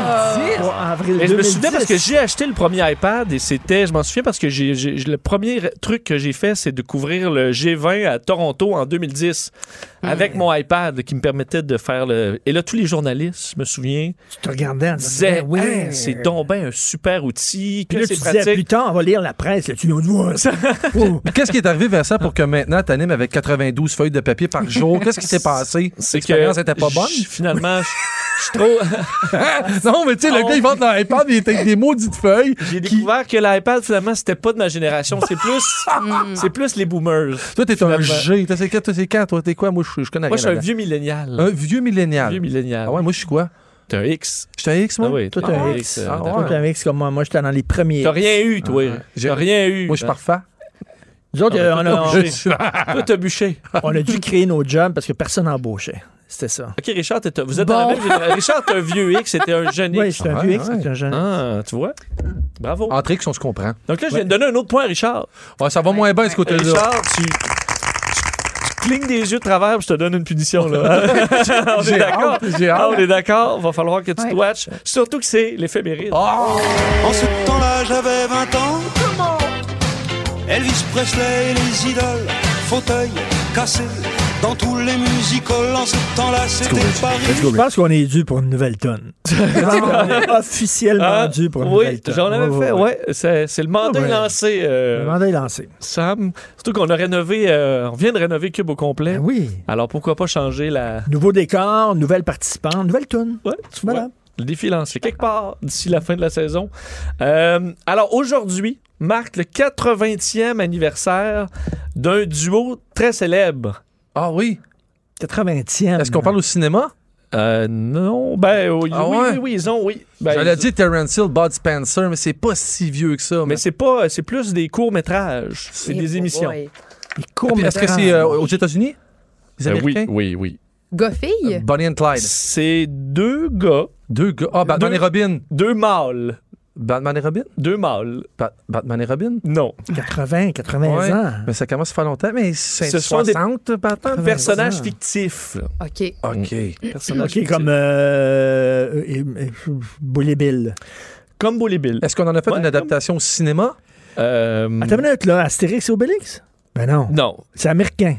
[SPEAKER 4] 3 avril
[SPEAKER 3] Mais
[SPEAKER 4] 2010.
[SPEAKER 3] je me souviens parce que j'ai acheté le premier iPad et c'était, je m'en souviens parce que j'ai, j'ai- le premier truc que j'ai fait, c'est de couvrir le G20 à Toronto en 2010 avec mon iPad qui me permettait de faire le. Et là, tous les journalistes, je me
[SPEAKER 5] Ben
[SPEAKER 3] souviens,
[SPEAKER 4] Tu te regardais en disant,
[SPEAKER 3] disaient
[SPEAKER 4] Ben oui.
[SPEAKER 3] Hey, c'est donc ben un super outil,
[SPEAKER 4] Puis
[SPEAKER 3] que
[SPEAKER 4] là,
[SPEAKER 3] c'est
[SPEAKER 4] tu disais, plus
[SPEAKER 3] pratique.
[SPEAKER 4] tard, on va lire la presse. Là, tu nous vois ça. Oh.
[SPEAKER 5] Mais qu'est-ce qui est arrivé, Vincent, pour que maintenant t'animes avec 92 feuilles de papier par jour? Qu'est-ce qui s'est passé?
[SPEAKER 3] C'est
[SPEAKER 5] L'expérience était pas
[SPEAKER 3] je-
[SPEAKER 5] bonne?
[SPEAKER 3] Finalement, je je suis trop.
[SPEAKER 5] Non, mais tu sais, le gars, il vend dans l'iPad, il était avec des maudites feuilles.
[SPEAKER 3] Oh. J'ai découvert que l'iPad, finalement, c'était pas de ma génération. C'est plus, c'est plus les boomers.
[SPEAKER 5] Toi, t'es un
[SPEAKER 3] Finalement.
[SPEAKER 5] G. T'as- C'est t'as- c'est quand, toi? T'es quoi? Moi, je je connais
[SPEAKER 3] Moi, je suis
[SPEAKER 5] rien
[SPEAKER 3] un
[SPEAKER 5] là-dedans.
[SPEAKER 3] vieux millénial.
[SPEAKER 5] Ah, Un vieux millénial.
[SPEAKER 3] vieux millénial.
[SPEAKER 5] Ah ouais, moi, je suis quoi?
[SPEAKER 3] T'es un X.
[SPEAKER 5] Je suis un X, moi?
[SPEAKER 3] Ah oui,
[SPEAKER 4] Toi,
[SPEAKER 3] t'es
[SPEAKER 4] t'as un
[SPEAKER 5] X.
[SPEAKER 3] euh,
[SPEAKER 5] Ah
[SPEAKER 3] t'as-
[SPEAKER 5] ouais. Ah
[SPEAKER 4] Toi, t'es un mix comme moi. Moi, j'étais dans les premiers.
[SPEAKER 3] T'as rien eu, toi. J'ai rien eu.
[SPEAKER 5] Moi, je suis parfait. Ah, ben,
[SPEAKER 4] Nous autres, euh, on, a,
[SPEAKER 3] Bouché. Toi, t'as bûché.
[SPEAKER 4] on a dû créer nos jobs parce que personne n'embauchait. C'était ça.
[SPEAKER 3] OK, Richard, t'es- vous êtes dans la même génération. Richard, t'es un vieux X, c'était un jeune
[SPEAKER 4] Oui,
[SPEAKER 3] X.
[SPEAKER 4] j'étais un
[SPEAKER 5] Ah
[SPEAKER 4] vieux
[SPEAKER 5] ouais, Ah,
[SPEAKER 4] X,
[SPEAKER 5] ouais.
[SPEAKER 4] j'étais un jeune.
[SPEAKER 3] Ah, tu vois? Bravo.
[SPEAKER 5] Entre X, on se comprend.
[SPEAKER 3] Donc là, je viens de donner un autre point à Richard.
[SPEAKER 5] Ouais, ça va moins bien, ce côté-là.
[SPEAKER 3] Richard, tu, tu- tu clignes des yeux de travers puis je te donne une punition. Là. hein? on est
[SPEAKER 5] J'ai
[SPEAKER 3] d'accord.
[SPEAKER 5] hâte, j'ai
[SPEAKER 3] Ah,
[SPEAKER 5] hâte.
[SPEAKER 3] on est d'accord. Va falloir que tu
[SPEAKER 6] Ouais.
[SPEAKER 3] te watches. Surtout que c'est l'éphéméride.
[SPEAKER 5] Oh!
[SPEAKER 9] En ce temps-là, j'avais 20 ans. Elvis Presley et les idoles, fauteuil cassé dans tous les musicals. En ce temps-là, c'était Paris.
[SPEAKER 4] Je pense qu'on est dû pour une nouvelle tonne. on est officiellement
[SPEAKER 3] Ah,
[SPEAKER 4] dû pour une
[SPEAKER 3] oui,
[SPEAKER 4] nouvelle tonne.
[SPEAKER 3] j'en avais
[SPEAKER 4] Ouais,
[SPEAKER 3] fait.
[SPEAKER 4] ouais, ouais.
[SPEAKER 3] Ouais, c'est c'est le mandat
[SPEAKER 4] Ah, ouais.
[SPEAKER 3] lancé, euh,
[SPEAKER 4] Le mandat est lancé.
[SPEAKER 3] Sam. Surtout qu'on a rénové, euh, on vient de rénover Cube au complet.
[SPEAKER 4] Ben oui.
[SPEAKER 3] Alors pourquoi pas changer la.
[SPEAKER 4] Nouveau décor, nouvelle participante, nouvelle tune.
[SPEAKER 3] Ouais, tu vois,
[SPEAKER 4] Voilà.
[SPEAKER 3] Le défi lancé quelque part d'ici la fin de la saison. Euh, alors aujourd'hui marque le 80e anniversaire d'un duo très célèbre.
[SPEAKER 5] Ah oui?
[SPEAKER 4] 80e.
[SPEAKER 5] Est-ce qu'on parle au cinéma?
[SPEAKER 3] Euh, non, ben oui,
[SPEAKER 5] Ah
[SPEAKER 3] oui,
[SPEAKER 5] ouais?
[SPEAKER 3] oui, oui, ils ont, oui. Ben,
[SPEAKER 5] J'allais
[SPEAKER 3] ils-
[SPEAKER 5] dire Terence Hill, Bud Spencer, mais c'est pas si vieux que ça.
[SPEAKER 3] Mais
[SPEAKER 5] Mais
[SPEAKER 3] c'est pas, c'est plus des courts métrages, c'est
[SPEAKER 6] Eh
[SPEAKER 3] des
[SPEAKER 6] boy.
[SPEAKER 3] émissions.
[SPEAKER 4] des courts
[SPEAKER 5] Est-ce que c'est euh, aux États-Unis? Les
[SPEAKER 3] Euh,
[SPEAKER 5] Américains?
[SPEAKER 3] oui, oui.
[SPEAKER 6] Goffille?
[SPEAKER 5] Bonnie and Clyde.
[SPEAKER 3] C'est deux gars,
[SPEAKER 5] Deux gars. Ah, Batman
[SPEAKER 3] Deux-
[SPEAKER 5] et Robin.
[SPEAKER 3] deux mâles,
[SPEAKER 5] Batman et Robin?
[SPEAKER 3] deux mâles.
[SPEAKER 5] Ba- Batman et Robin?
[SPEAKER 3] Non,
[SPEAKER 4] 80, 80
[SPEAKER 5] Ouais.
[SPEAKER 4] ans.
[SPEAKER 5] Mais ça commence à faire longtemps. Mais c'est
[SPEAKER 3] Ce sont
[SPEAKER 5] 60,
[SPEAKER 3] des-
[SPEAKER 4] Ah, ben,
[SPEAKER 5] Batman.
[SPEAKER 3] personnages fictifs.
[SPEAKER 6] OK.
[SPEAKER 5] OK.
[SPEAKER 3] Personnages
[SPEAKER 4] OK, comme euh, et- et- Bully Bill.
[SPEAKER 3] comme Bully Bill.
[SPEAKER 5] Est-ce qu'on en a fait
[SPEAKER 3] Ouais,
[SPEAKER 5] une adaptation au cinéma?
[SPEAKER 3] Euh,
[SPEAKER 4] Attends une minute, là, Astérix et Obélix? Ben non,
[SPEAKER 3] non,
[SPEAKER 4] c'est américain.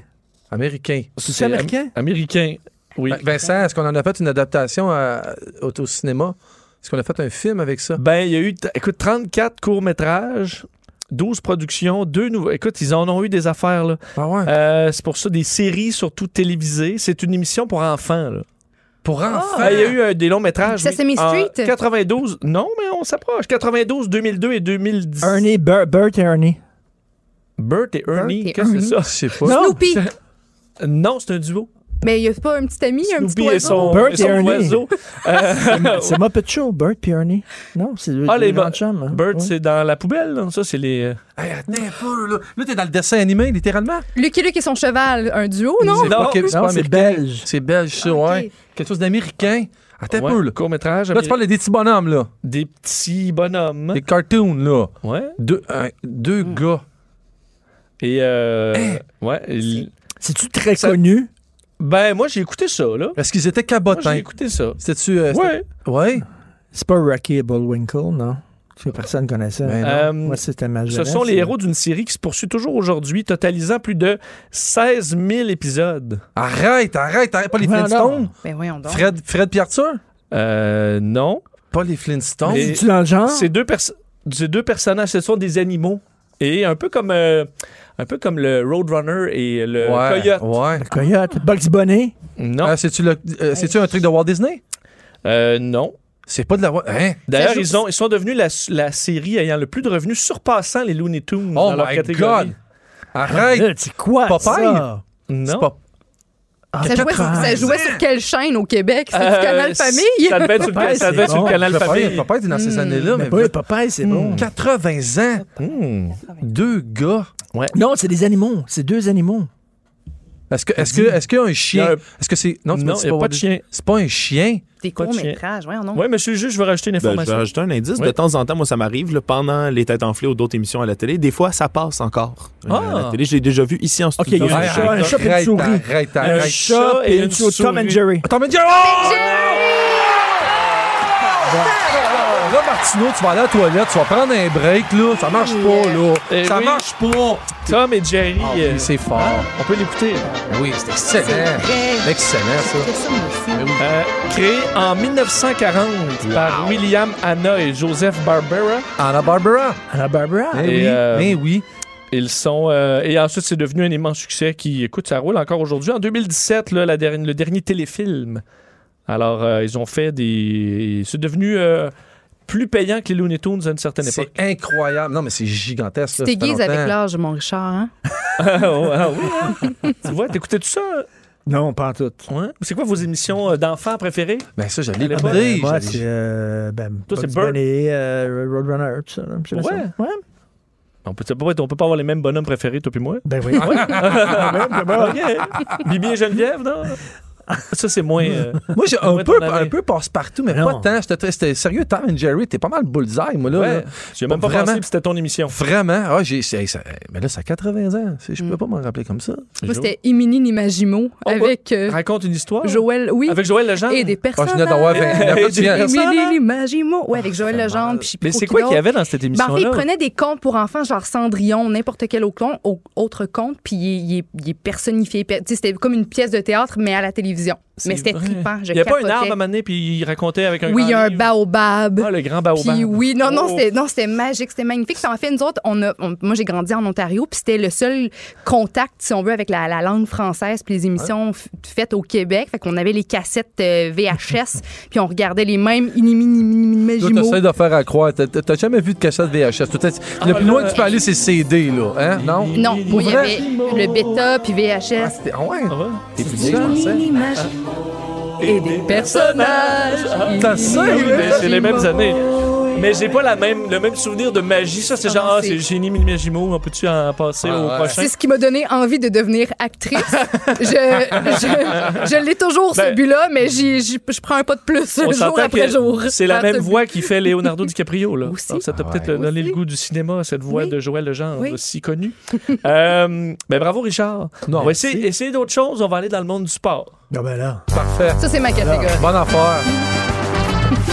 [SPEAKER 5] Américain.
[SPEAKER 4] C'est américain?
[SPEAKER 3] américain. Oui.
[SPEAKER 5] Ben, Vincent, est-ce qu'on en a fait une adaptation à- au, au cinéma? Est-ce qu'on a fait un film avec ça?
[SPEAKER 3] Ben, il y a eu, t- écoute, 34 courts-métrages, 12 productions, deux nouveaux. Écoute, ils en ont eu des affaires, là.
[SPEAKER 5] Ah ouais.
[SPEAKER 3] Euh, c'est pour ça des séries, surtout télévisées. C'est une émission pour enfants, là.
[SPEAKER 5] Pour enfants.
[SPEAKER 3] Ah, il y a eu euh, des longs métrages. oui.
[SPEAKER 6] Sesame
[SPEAKER 3] En
[SPEAKER 6] Street?
[SPEAKER 3] 92, non, mais on s'approche. 92, 2002 et 2010.
[SPEAKER 4] Ernie, Bert, Bert et Ernie.
[SPEAKER 3] Bert et Ernie,
[SPEAKER 6] Bert et
[SPEAKER 3] qu'est-ce que c'est ça?
[SPEAKER 5] Je sais pas.
[SPEAKER 6] Snoopy!
[SPEAKER 3] Non, c'est un duo.
[SPEAKER 6] Mais il n'y a pas un petit ami, un petit
[SPEAKER 3] Snoopy et
[SPEAKER 6] oiseau?
[SPEAKER 3] son,
[SPEAKER 4] Bert
[SPEAKER 3] et son
[SPEAKER 4] et Ernie.
[SPEAKER 3] oiseau. Euh,
[SPEAKER 4] C'est Muppet Show, Bert et Ernie. Non, c'est le
[SPEAKER 3] Ah, les
[SPEAKER 4] grands
[SPEAKER 3] Bert-
[SPEAKER 4] chums, hein.
[SPEAKER 3] Bert,
[SPEAKER 4] Ouais.
[SPEAKER 3] c'est dans la poubelle. là. Ça, c'est les. euh,
[SPEAKER 5] Hey, attends un peu, là. Là, t'es dans le dessin animé, littéralement.
[SPEAKER 6] Lucky Luke et son cheval, un duo, non?
[SPEAKER 5] C'est pas,
[SPEAKER 3] Non.
[SPEAKER 5] que- c'est
[SPEAKER 4] Non,
[SPEAKER 5] pas
[SPEAKER 4] c'est
[SPEAKER 5] américain.
[SPEAKER 4] belge.
[SPEAKER 5] C'est belge, ça,
[SPEAKER 6] Ah, ok.
[SPEAKER 5] ouais. Quelque chose d'américain. Attends
[SPEAKER 3] Ouais,
[SPEAKER 5] un peu, là.
[SPEAKER 3] Court-métrage.
[SPEAKER 5] Là, tu parles des petits bonhommes, là.
[SPEAKER 3] Des petits bonhommes.
[SPEAKER 5] Des cartoons, là.
[SPEAKER 3] Ouais.
[SPEAKER 5] Deux, un- deux
[SPEAKER 3] Hmm.
[SPEAKER 5] gars.
[SPEAKER 3] Et, euh,
[SPEAKER 6] Eh.
[SPEAKER 3] ouais. il-
[SPEAKER 4] C'est-tu très connu?
[SPEAKER 3] Ben, moi, j'ai écouté ça, là.
[SPEAKER 5] Est-ce qu'ils étaient
[SPEAKER 3] Moi, j'ai
[SPEAKER 5] cabotins?
[SPEAKER 3] écouté ça.
[SPEAKER 5] C'était-tu. euh,
[SPEAKER 3] Ouais.
[SPEAKER 5] c'était- Ouais.
[SPEAKER 4] C'est pas Rocky et Bullwinkle, non? Parce que personne ne connaît ça.
[SPEAKER 5] Ben non.
[SPEAKER 3] Euh,
[SPEAKER 4] Moi, c'était ma
[SPEAKER 3] ce
[SPEAKER 4] jeunesse,
[SPEAKER 3] sont les
[SPEAKER 4] là.
[SPEAKER 3] héros d'une série qui se poursuit toujours aujourd'hui, totalisant plus de 16 000 épisodes.
[SPEAKER 5] Arrête, arrête, arrête. Pas les
[SPEAKER 4] Voyons
[SPEAKER 5] Flintstones?
[SPEAKER 6] Ben voyons donc.
[SPEAKER 5] Fred, Fred puis Arthur?
[SPEAKER 3] Euh, non.
[SPEAKER 5] Pas les Flintstones?
[SPEAKER 3] Mais-
[SPEAKER 4] Oh, C'est-tu dans le
[SPEAKER 6] Ah.
[SPEAKER 4] genre?
[SPEAKER 3] Ces deux, perso- ces deux personnages, ce sont des animaux. Et un peu comme, euh, un peu comme le Roadrunner et le
[SPEAKER 5] euh, ouais.
[SPEAKER 3] Coyote.
[SPEAKER 5] Ouais.
[SPEAKER 4] Coyote, Bugs Bunny.
[SPEAKER 3] euh, Non.
[SPEAKER 5] Ah, c'est-tu, le- euh, c'est-tu un truc de Walt Disney?
[SPEAKER 3] Euh, non.
[SPEAKER 5] C'est pas de la. Hein?
[SPEAKER 3] D'ailleurs,
[SPEAKER 6] Ça, je-
[SPEAKER 3] ils, ont, ils sont devenus la, la série ayant le plus de revenus surpassant les Looney Tunes
[SPEAKER 5] Oh
[SPEAKER 3] dans leur
[SPEAKER 5] my
[SPEAKER 3] catégorie. Ah,
[SPEAKER 5] God! Arrête!
[SPEAKER 4] Là, C'est quoi
[SPEAKER 5] Popeye?
[SPEAKER 4] ça?
[SPEAKER 3] Non.
[SPEAKER 5] C'est pas-
[SPEAKER 6] Ah, Ça jouait, sur, ça jouait sur quelle chaîne au Québec? C'est
[SPEAKER 3] Euh,
[SPEAKER 6] Canal
[SPEAKER 3] Ça
[SPEAKER 6] Famille?
[SPEAKER 3] devait être sur, le-
[SPEAKER 4] Popeye,
[SPEAKER 3] ça devait
[SPEAKER 4] c'est
[SPEAKER 5] Ah
[SPEAKER 3] être sur
[SPEAKER 4] bon.
[SPEAKER 3] le canal
[SPEAKER 5] Papa,
[SPEAKER 3] famille.
[SPEAKER 5] Papa était dans ces années-là, mais. Hmm.
[SPEAKER 4] Ben oui, Popeye, c'est bon.
[SPEAKER 5] 80 ans! Deux gars!
[SPEAKER 4] Non, c'est des animaux. C'est deux animaux.
[SPEAKER 5] Est-ce que est-ce que est-ce qu'il y a un
[SPEAKER 3] Il y
[SPEAKER 5] chien
[SPEAKER 3] a un-
[SPEAKER 5] Est-ce que c'est non, tu
[SPEAKER 3] Non, il y
[SPEAKER 5] m'as dit,
[SPEAKER 3] a
[SPEAKER 5] c'est
[SPEAKER 3] pas de
[SPEAKER 5] Walt-
[SPEAKER 3] chien.
[SPEAKER 5] C'est pas un chien.
[SPEAKER 6] Des
[SPEAKER 3] Pas de chien.
[SPEAKER 6] courts-métrages, voyons donc.
[SPEAKER 3] Oui, monsieur le juge, je veux rajouter une
[SPEAKER 7] Ben, je
[SPEAKER 3] information.
[SPEAKER 7] vais rajouter un indice. De
[SPEAKER 3] Oui.
[SPEAKER 7] temps en temps, moi, ça m'arrive, là, pendant les têtes enflées ou d'autres émissions à la télé, des fois, ça passe encore. euh,
[SPEAKER 3] Ah!
[SPEAKER 7] à la télé, j'ai déjà vu ici en studio.
[SPEAKER 4] il y a un
[SPEAKER 7] Ouais,
[SPEAKER 4] chat,
[SPEAKER 7] ouais.
[SPEAKER 4] un chat et une
[SPEAKER 5] Arrête,
[SPEAKER 4] souris.
[SPEAKER 5] Arrête,
[SPEAKER 3] Un
[SPEAKER 5] arrête.
[SPEAKER 3] chat et une
[SPEAKER 4] souris. Tom and Jerry.
[SPEAKER 5] Tom and Jerry! Oh! Bon. Là, Martino, tu vas aller à la toilette, tu vas prendre un break, là. Ça marche pas, là.
[SPEAKER 3] Eh
[SPEAKER 5] ça
[SPEAKER 3] oui.
[SPEAKER 5] marche pas.
[SPEAKER 3] Tom et Jerry.
[SPEAKER 5] Ah
[SPEAKER 3] euh,
[SPEAKER 5] oui, c'est fort.
[SPEAKER 3] on peut l'écouter.
[SPEAKER 5] Oui, c'est excellent. Excellent, ça.
[SPEAKER 6] C'est ça, moi aussi.
[SPEAKER 3] Euh, créé en 1940 par William Hanna et Joseph Barbera.
[SPEAKER 5] Anna Barbara.
[SPEAKER 4] Anna Barbara.
[SPEAKER 3] Et,
[SPEAKER 5] Eh oui,
[SPEAKER 3] euh,
[SPEAKER 5] eh oui.
[SPEAKER 3] Ils sont euh, et ensuite c'est devenu un immense succès qui écoute ça roule encore aujourd'hui. En 2017 là, la dernière- le dernier téléfilm. Alors euh, ils ont fait des c'est devenu euh, plus payant que les Looney Tunes à une certaine époque.
[SPEAKER 5] C'est incroyable. Non, mais c'est gigantesque. là,
[SPEAKER 6] T'es
[SPEAKER 5] ça fait
[SPEAKER 6] guise avec
[SPEAKER 5] longtemps.
[SPEAKER 6] l'âge, mon Richard, hein?
[SPEAKER 3] Ah oui, hein? tu vois, t'écoutais tout ça
[SPEAKER 4] Non, pas en tout.
[SPEAKER 3] hein? C'est quoi vos émissions euh, d'enfants préférées
[SPEAKER 5] Ben ça, je l'ai
[SPEAKER 3] Elle est
[SPEAKER 5] écouté.
[SPEAKER 4] Ben, moi,
[SPEAKER 5] je l'ai-
[SPEAKER 4] c'est euh, ben,
[SPEAKER 3] Toi, c'est
[SPEAKER 4] Bugs
[SPEAKER 3] Bird.
[SPEAKER 4] Bunny, euh, Roadrunner, tout ça. là, c'est
[SPEAKER 3] Ouais.
[SPEAKER 4] ça. ouais.
[SPEAKER 3] On peut, ça peut pas être- on peut pas avoir les mêmes bonhommes préférés toi puis moi.
[SPEAKER 4] Ben oui.
[SPEAKER 5] Ah, ben
[SPEAKER 3] Ok. Bibi et Geneviève, non Ça c'est moins euh,
[SPEAKER 5] Moi, j'ai
[SPEAKER 3] Ouais,
[SPEAKER 5] un peu,
[SPEAKER 3] t'en avais.
[SPEAKER 5] un peu passe-partout, mais
[SPEAKER 4] Non.
[SPEAKER 5] pas tant. J'étais- C'était sérieux, Tom and Jerry, t'es pas mal bullseye, moi, là.
[SPEAKER 3] ouais.
[SPEAKER 5] là.
[SPEAKER 3] J'ai même pas
[SPEAKER 5] Vraiment.
[SPEAKER 3] pensé que c'était ton émission.
[SPEAKER 5] Vraiment. Ah, j'ai. c'est- hey, ça- mais là, ça a 80 ans. C'est- Je peux
[SPEAKER 6] Mm.
[SPEAKER 5] pas m'en rappeler comme ça.
[SPEAKER 6] Moi, c'était Imini Nimagimo
[SPEAKER 3] Oh, Ah.
[SPEAKER 6] avec euh,
[SPEAKER 3] Raconte une histoire
[SPEAKER 6] Joël, oui,
[SPEAKER 3] avec Joël Legendre.
[SPEAKER 6] et des
[SPEAKER 5] Ah,
[SPEAKER 6] personnes. hein.
[SPEAKER 5] je venais d'avoir 29 ans. Tu viens-
[SPEAKER 6] Émilie Nimagimo, ouais, avec Joël Legendre. puis
[SPEAKER 3] Mais
[SPEAKER 6] Chico
[SPEAKER 3] hein. Ah, c'est quoi qu'il y
[SPEAKER 6] Quillon.
[SPEAKER 3] avait dans cette
[SPEAKER 6] Ben, en fait, il
[SPEAKER 3] émission-là?
[SPEAKER 6] prenait des contes pour enfants, genre Cendrillon, n'importe quel autre conte, au- autre conte, puis il est, il est- il est personnifié. Tu sais, C'était comme une pièce de théâtre, mais à la télévision.
[SPEAKER 3] C'est
[SPEAKER 6] Mais c'était
[SPEAKER 3] vrai.
[SPEAKER 6] trippant. Je
[SPEAKER 3] il n'y a pas une
[SPEAKER 6] capotais.
[SPEAKER 3] arbre à maner, puis il racontait avec un
[SPEAKER 6] Oui,
[SPEAKER 3] grand
[SPEAKER 6] il y a un
[SPEAKER 3] livre.
[SPEAKER 6] baobab.
[SPEAKER 3] Ah, le grand baobab.
[SPEAKER 6] Puis oui, non, non,
[SPEAKER 3] Oh.
[SPEAKER 6] c'était, non, c'était magique, c'était magnifique. Puis en fait, nous autres, on a, on- moi, j'ai grandi en Ontario, puis c'était le seul contact, si on veut, avec la, la langue française, puis les émissions f- faites au Québec. Fait qu'on avait les cassettes euh, VHS, puis on regardait les mêmes
[SPEAKER 5] Toi, t'essaies
[SPEAKER 6] iniminiminimagimo.
[SPEAKER 5] de faire à croire. T'as- T'as t'as jamais vu de cassette VHS. Toi, t'as- le plus loin que tu peux aller, c'est CD, là. Hein? Non?
[SPEAKER 6] Non, moi, il y
[SPEAKER 5] vrai?
[SPEAKER 6] avait le bêta, puis
[SPEAKER 5] Ah,
[SPEAKER 6] VHS.
[SPEAKER 5] c'était- ah ouais.
[SPEAKER 3] Ah ouais.
[SPEAKER 5] T'es plus vieille, je pensais.
[SPEAKER 3] Et des personnages.
[SPEAKER 5] T'as ça,
[SPEAKER 3] Ah oui,
[SPEAKER 5] oui,
[SPEAKER 3] mais c'est les mêmes années. Mais j'ai pas la même, le même souvenir de magie. Ça, c'est
[SPEAKER 6] Ah,
[SPEAKER 3] genre, ah,
[SPEAKER 6] c'est-
[SPEAKER 3] c'est génie Minimagimo. On peut-tu en passer
[SPEAKER 5] Ah,
[SPEAKER 3] au
[SPEAKER 5] ouais.
[SPEAKER 3] prochain?
[SPEAKER 6] C'est ce qui m'a donné envie de devenir actrice. je, je, je l'ai toujours, ce
[SPEAKER 3] Ben,
[SPEAKER 6] but-là, mais j'y- j'y- je prends un pas de plus
[SPEAKER 3] On
[SPEAKER 6] jour
[SPEAKER 3] s'entend
[SPEAKER 6] après
[SPEAKER 3] que
[SPEAKER 6] jour.
[SPEAKER 3] C'est la
[SPEAKER 6] Par
[SPEAKER 3] même
[SPEAKER 6] ce
[SPEAKER 3] voix qui fait Leonardo DiCaprio. Là.
[SPEAKER 6] Aussi.
[SPEAKER 3] Alors, ça t'a
[SPEAKER 5] Ah
[SPEAKER 3] peut-être
[SPEAKER 5] ouais.
[SPEAKER 3] donné le
[SPEAKER 6] Aussi.
[SPEAKER 3] goût du cinéma, cette voix
[SPEAKER 6] Oui.
[SPEAKER 3] de Joël Legendre,
[SPEAKER 6] Oui.
[SPEAKER 3] si connue. euh, ben, bravo, Richard.
[SPEAKER 5] Non,
[SPEAKER 3] on va essayer, essayer d'autres choses. On va aller dans le monde du sport.
[SPEAKER 4] Non, ben là.
[SPEAKER 5] Parfait.
[SPEAKER 6] Ça, c'est ma catégorie.
[SPEAKER 3] Ah.
[SPEAKER 5] Bonne affaire.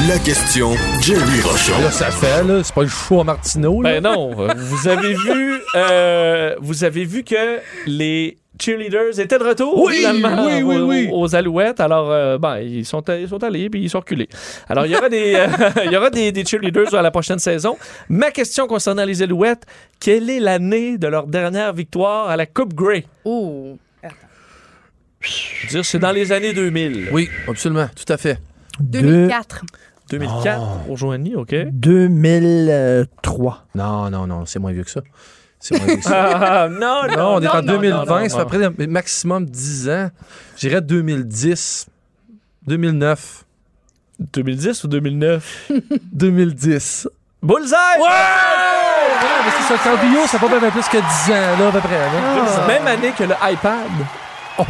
[SPEAKER 2] La question Jerry Rochon.
[SPEAKER 5] Là, ça fait, là. C'est pas le choix Martineau, là.
[SPEAKER 3] Ben non, euh, vous avez vu, euh, vous avez vu que les cheerleaders étaient de retour
[SPEAKER 5] Oui,
[SPEAKER 3] finalement,
[SPEAKER 5] oui, oui,
[SPEAKER 3] aux,
[SPEAKER 5] oui.
[SPEAKER 3] aux Alouettes. Alors, euh, ben, ils sont, ils sont allés puis ils sont reculés. Alors, il y aura des, euh, il y aura des, des cheerleaders à la prochaine saison. Ma question concernant les Alouettes, quelle est l'année de leur dernière victoire à la Coupe Grey?
[SPEAKER 6] Oh.
[SPEAKER 3] Je veux dire, c'est dans les années 2000.
[SPEAKER 5] Oui, absolument. Tout à fait.
[SPEAKER 4] Deux-
[SPEAKER 6] 2004.
[SPEAKER 3] 2004,
[SPEAKER 5] Ah.
[SPEAKER 3] on joignit, OK?
[SPEAKER 4] 2003.
[SPEAKER 5] Non, non, non. C'est moins vieux que ça. C'est moins vieux que ça.
[SPEAKER 3] Ah, non, non,
[SPEAKER 5] Non, on est
[SPEAKER 3] non,
[SPEAKER 5] en
[SPEAKER 3] non,
[SPEAKER 5] 2020,
[SPEAKER 3] non, non,
[SPEAKER 5] ça fait
[SPEAKER 3] non.
[SPEAKER 5] près de maximum 10 ans. J'irais 2010, 2009,
[SPEAKER 3] 2010 ou 2009?
[SPEAKER 5] 2010.
[SPEAKER 3] Bullseye!
[SPEAKER 5] Ouais,
[SPEAKER 3] Ah,
[SPEAKER 5] mais c'est ça, le Cambio, ça fait pas bien plus que 10 ans, là, à peu près. là.
[SPEAKER 3] Même année que le iPad.
[SPEAKER 5] Ah,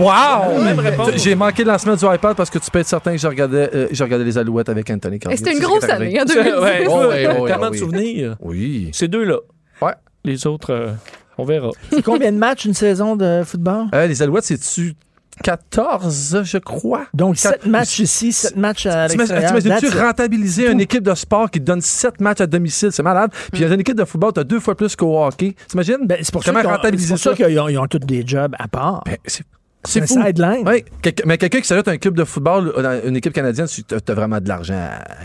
[SPEAKER 5] Wow!
[SPEAKER 3] Même réponse.
[SPEAKER 5] J'ai manqué le lancement du iPad parce que tu peux être certain que je regardais, euh, je regardais les Alouettes avec Anthony Campbell.
[SPEAKER 6] Et C'était une
[SPEAKER 5] C'est ce qui
[SPEAKER 6] grosse
[SPEAKER 5] est arrivé.
[SPEAKER 6] année
[SPEAKER 3] Ouais,
[SPEAKER 6] hein. en 2010.
[SPEAKER 5] Oh, ouais,
[SPEAKER 3] ouais,
[SPEAKER 5] ouais,
[SPEAKER 3] tellement
[SPEAKER 5] ouais,
[SPEAKER 3] de
[SPEAKER 5] oui.
[SPEAKER 3] souvenirs.
[SPEAKER 5] Oui.
[SPEAKER 3] Ces deux-là.
[SPEAKER 5] Ouais.
[SPEAKER 3] Les autres, euh, on verra.
[SPEAKER 4] C'est combien de matchs une saison de football?
[SPEAKER 5] Euh, les Alouettes, c'est-tu 14, je crois?
[SPEAKER 4] Donc,
[SPEAKER 5] Quatre-
[SPEAKER 4] 7 matchs ici, 7 matchs à
[SPEAKER 5] Tu imagines-
[SPEAKER 4] l'extérieur.
[SPEAKER 5] tu imagines-tu
[SPEAKER 4] That's it.
[SPEAKER 5] rentabiliser une équipe de sport qui donne 7 matchs à domicile? C'est malade. Puis dans une équipe de football, tu as deux fois plus qu'au hockey. T'imagines?
[SPEAKER 4] Ben, c'est pour ça
[SPEAKER 5] Comment
[SPEAKER 4] qu'ils ont- c'est
[SPEAKER 5] rentabiliser
[SPEAKER 4] pour ça
[SPEAKER 5] ça?
[SPEAKER 4] qu'ils ont, ils ont tous des jobs à part.
[SPEAKER 5] Ben, c'est-
[SPEAKER 4] C'est
[SPEAKER 5] c'est
[SPEAKER 4] un
[SPEAKER 5] fou.
[SPEAKER 4] sideline.
[SPEAKER 5] Oui, quelqu'un- mais quelqu'un qui s'ajoute à un club de football, euh, dans une équipe canadienne, tu as vraiment de l'argent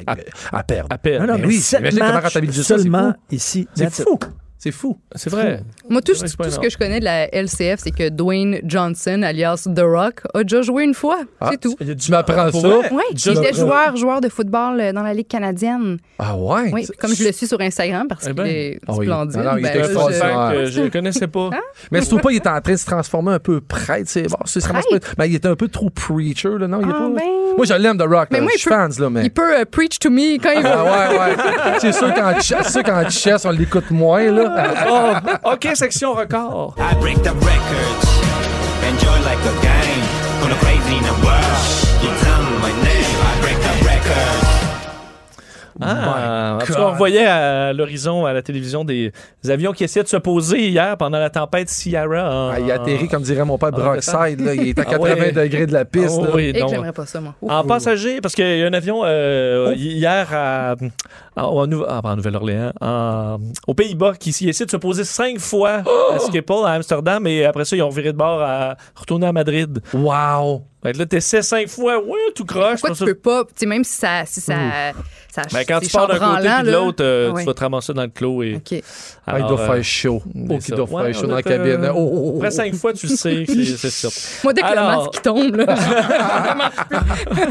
[SPEAKER 5] à, à perdre.
[SPEAKER 3] À peine.
[SPEAKER 4] Non, Ah non,
[SPEAKER 5] Ben
[SPEAKER 4] mais
[SPEAKER 5] oui,
[SPEAKER 4] sept
[SPEAKER 5] imagine comment
[SPEAKER 4] matchs
[SPEAKER 5] rentabiliser ça, c'est
[SPEAKER 4] seulement
[SPEAKER 5] fou.
[SPEAKER 4] ici.
[SPEAKER 5] C'est
[SPEAKER 4] That's it.
[SPEAKER 5] fou. C'est fou.
[SPEAKER 3] C'est vrai.
[SPEAKER 6] Moi, tout,
[SPEAKER 3] C'est vrai que c'est
[SPEAKER 6] tout
[SPEAKER 3] pas
[SPEAKER 6] ce
[SPEAKER 3] énorme.
[SPEAKER 6] que je connais de la LCF, c'est que Dwayne Johnson, alias The Rock, a déjà joué une fois.
[SPEAKER 5] Ah,
[SPEAKER 6] c'est tout.
[SPEAKER 3] Il y a du-
[SPEAKER 5] Tu m'apprends
[SPEAKER 3] Pour
[SPEAKER 5] ça?
[SPEAKER 3] vrai?
[SPEAKER 6] Oui,
[SPEAKER 3] Just
[SPEAKER 6] j'étais
[SPEAKER 3] The
[SPEAKER 6] joueur, joueur de football euh, dans la Ligue canadienne.
[SPEAKER 5] Ah ouais?
[SPEAKER 6] Oui,
[SPEAKER 5] C'est-
[SPEAKER 6] comme je le suis sur Instagram parce
[SPEAKER 3] Eh
[SPEAKER 6] qu'il
[SPEAKER 3] ben.
[SPEAKER 6] est
[SPEAKER 5] Ah oui.
[SPEAKER 6] splendide.
[SPEAKER 5] Ah non, il
[SPEAKER 6] ben,
[SPEAKER 5] était
[SPEAKER 3] Euh,
[SPEAKER 6] je-
[SPEAKER 5] fort,
[SPEAKER 3] je...
[SPEAKER 5] ça.
[SPEAKER 3] que je ne connaissais pas.
[SPEAKER 5] Mais surtout pas, il est en train de se transformer un peu prêtre. C'est bon, c'est c'est-
[SPEAKER 6] Prêtre?
[SPEAKER 5] Mais il était un peu trop preacher, là, non? Il est
[SPEAKER 6] Ah,
[SPEAKER 5] pas-
[SPEAKER 6] ben.
[SPEAKER 5] Moi, je l'aime, The Rock.
[SPEAKER 6] Mais
[SPEAKER 5] là.
[SPEAKER 6] moi,
[SPEAKER 5] je
[SPEAKER 6] il
[SPEAKER 5] suis
[SPEAKER 6] peut-
[SPEAKER 5] fans, là, mais.
[SPEAKER 6] Il peut euh, preach to me quand il veut.
[SPEAKER 5] Ah ouais, ouais. c'est sûr qu'en ch- c'est sûr qu'en chess, on l'écoute moins, là.
[SPEAKER 3] Oh, OK, section record.
[SPEAKER 5] Oh
[SPEAKER 10] I break the records, enjoy like a game. Gonna crazy in the world, you tell me my name. I break the records.
[SPEAKER 3] Ah,
[SPEAKER 5] My
[SPEAKER 3] en tout cas,
[SPEAKER 5] God.
[SPEAKER 3] on voyait à l'horizon, à la télévision, des avions qui essayaient de se poser hier pendant la tempête Ciara. en-
[SPEAKER 5] Ah, il atterrit, comme dirait mon père,
[SPEAKER 3] Ah,
[SPEAKER 5] Brockside, là. Il est à
[SPEAKER 3] Ah
[SPEAKER 5] 80
[SPEAKER 3] ouais.
[SPEAKER 5] degrés de la piste,
[SPEAKER 3] Ah
[SPEAKER 5] là.
[SPEAKER 3] oui,
[SPEAKER 6] Et que
[SPEAKER 3] donc,
[SPEAKER 6] j'aimerais pas ça, moi. Ouf.
[SPEAKER 3] En passager, parce qu'il y a un avion
[SPEAKER 6] Oh.
[SPEAKER 3] euh, hier à, en- en Nou- ah, pas en Nouvelle-Orléans, en- aux Pays-Bas, qui s'y essaie de se poser cinq fois à Schiphol, à Amsterdam, et après ça, ils ont viré de bord à retourner à Madrid.
[SPEAKER 5] Wow!
[SPEAKER 3] Fait que là, t'essaies cinq fois, ouais, tout croche.
[SPEAKER 6] Pourquoi
[SPEAKER 3] comme
[SPEAKER 6] tu
[SPEAKER 3] ça.
[SPEAKER 6] peux pas, tu sais, même si ça. Si ça, ça
[SPEAKER 3] Ben, quand
[SPEAKER 6] c'est
[SPEAKER 3] tu pars d'un côté
[SPEAKER 6] chambranlant,
[SPEAKER 3] puis de
[SPEAKER 6] là.
[SPEAKER 3] l'autre, euh,
[SPEAKER 6] Ah ouais.
[SPEAKER 3] tu vas te ramasser dans le clos. Et,
[SPEAKER 6] OK.
[SPEAKER 5] Ah, il
[SPEAKER 3] Alors,
[SPEAKER 5] doit
[SPEAKER 3] euh,
[SPEAKER 5] faire chaud. Oh,
[SPEAKER 3] c'est
[SPEAKER 5] qu'il doit
[SPEAKER 3] ça. Ouais,
[SPEAKER 5] faire chaud
[SPEAKER 3] on
[SPEAKER 5] dans la
[SPEAKER 3] doit, euh,
[SPEAKER 5] cabine. Oh, oh, oh,
[SPEAKER 3] Après
[SPEAKER 5] oh.
[SPEAKER 3] cinq fois, tu le sais, c'est c'est sûr.
[SPEAKER 6] Moi, dès que
[SPEAKER 3] Alors-
[SPEAKER 6] le masque il tombe, là,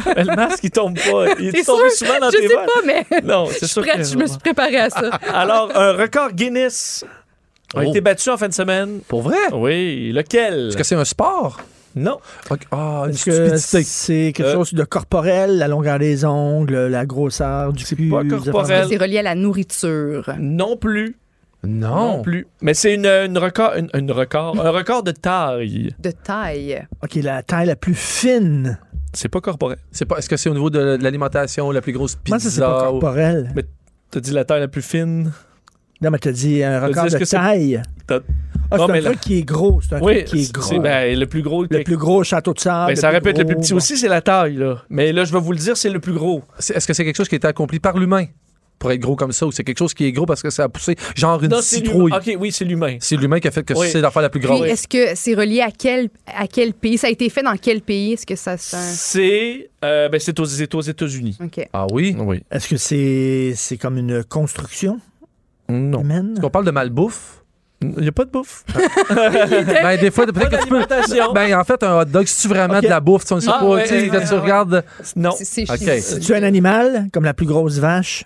[SPEAKER 3] Mais le masque, il tombe pas. Il
[SPEAKER 6] c'est
[SPEAKER 3] tombe
[SPEAKER 6] sûr,
[SPEAKER 3] souvent dans
[SPEAKER 6] je
[SPEAKER 3] tes
[SPEAKER 6] sais
[SPEAKER 3] vols.
[SPEAKER 6] pas, mais
[SPEAKER 3] Non, hein. c'est
[SPEAKER 6] je suis
[SPEAKER 3] sûr que-
[SPEAKER 6] prête, je me suis préparée à ça.
[SPEAKER 3] Alors, un record Guinness a
[SPEAKER 5] Oh.
[SPEAKER 3] été battu en fin de semaine.
[SPEAKER 5] Pour vrai?
[SPEAKER 3] Oui, lequel?
[SPEAKER 5] Est-ce que c'est un sport?
[SPEAKER 3] Non.
[SPEAKER 5] Ok. Ah, une
[SPEAKER 4] Est-ce que
[SPEAKER 5] stupidité.
[SPEAKER 4] c'est quelque
[SPEAKER 3] Euh,
[SPEAKER 4] chose de corporel, la longueur des ongles, la grosseur du cul?
[SPEAKER 3] pas
[SPEAKER 4] des affaires-
[SPEAKER 3] corporel.
[SPEAKER 6] C'est relié à la nourriture.
[SPEAKER 3] Non plus.
[SPEAKER 5] Non.
[SPEAKER 3] Non plus. Mais c'est une, une record, une, une record, un record de taille.
[SPEAKER 6] De taille.
[SPEAKER 4] OK, la taille la plus fine.
[SPEAKER 3] C'est pas corporel.
[SPEAKER 5] C'est pas, est-ce que c'est au niveau de l'alimentation, la plus grosse
[SPEAKER 4] Moi, ça, c'est pas
[SPEAKER 5] pizza? ou-
[SPEAKER 4] corporel.
[SPEAKER 3] T'as dit la taille la plus fine.
[SPEAKER 4] Non, mais t'as dit un record
[SPEAKER 3] dit, est-ce
[SPEAKER 4] de
[SPEAKER 3] que c'est-
[SPEAKER 4] taille.
[SPEAKER 3] T'as-
[SPEAKER 4] Ah,
[SPEAKER 3] Non,
[SPEAKER 4] c'est
[SPEAKER 3] mais
[SPEAKER 4] un
[SPEAKER 3] là-
[SPEAKER 4] truc qui est gros. C'est un
[SPEAKER 3] Oui,
[SPEAKER 4] truc qui est
[SPEAKER 3] c'est-
[SPEAKER 4] gros.
[SPEAKER 3] c'est ben, le plus gros.
[SPEAKER 4] Le plus gros château de sable.
[SPEAKER 3] Ben, ça aurait pu être le plus
[SPEAKER 4] gros,
[SPEAKER 3] petit
[SPEAKER 4] bon.
[SPEAKER 3] aussi, c'est la taille. là. Mais là, je vais vous le dire, c'est le plus gros.
[SPEAKER 5] C'est- Est-ce que c'est quelque chose qui a été accompli par l'humain pour être gros comme ça ou c'est quelque chose qui est gros parce que ça a poussé genre une
[SPEAKER 3] Non, c'est
[SPEAKER 5] citrouille?
[SPEAKER 3] l'humain. OK, oui, c'est l'humain.
[SPEAKER 5] C'est l'humain qui a fait que
[SPEAKER 3] Oui.
[SPEAKER 5] c'est l'affaire la plus
[SPEAKER 6] Puis,
[SPEAKER 5] grosse.
[SPEAKER 6] est-ce que c'est relié à quel, à quel pays? Ça a été fait dans quel pays? Est-ce que ça... c'est un-
[SPEAKER 3] C'est euh, ben, c'est aux, c'est aux États-Unis.
[SPEAKER 6] OK.
[SPEAKER 5] Ah oui?
[SPEAKER 3] Oui.
[SPEAKER 4] Est-ce que c'est c'est comme une construction
[SPEAKER 5] Non.
[SPEAKER 4] humaine?
[SPEAKER 5] Est-ce qu'on parle de malbouffe?
[SPEAKER 3] Il n'y a pas de bouffe.
[SPEAKER 5] Ben, des fois, peut-être que tu peux.
[SPEAKER 3] d'alimentation.
[SPEAKER 5] Ben, en fait, un hot dog, si tu vraiment
[SPEAKER 4] Ok.
[SPEAKER 5] de la bouffe, tu sais, on ne sait
[SPEAKER 3] Ah,
[SPEAKER 5] pas.
[SPEAKER 3] ouais,
[SPEAKER 5] tu sais,
[SPEAKER 3] ouais,
[SPEAKER 5] quand
[SPEAKER 3] ouais,
[SPEAKER 5] tu
[SPEAKER 3] ouais.
[SPEAKER 5] regardes.
[SPEAKER 3] Non.
[SPEAKER 6] C'est- c'est-
[SPEAKER 5] OK.
[SPEAKER 6] c'est-
[SPEAKER 4] C'est-tu un animal, comme la plus grosse vache?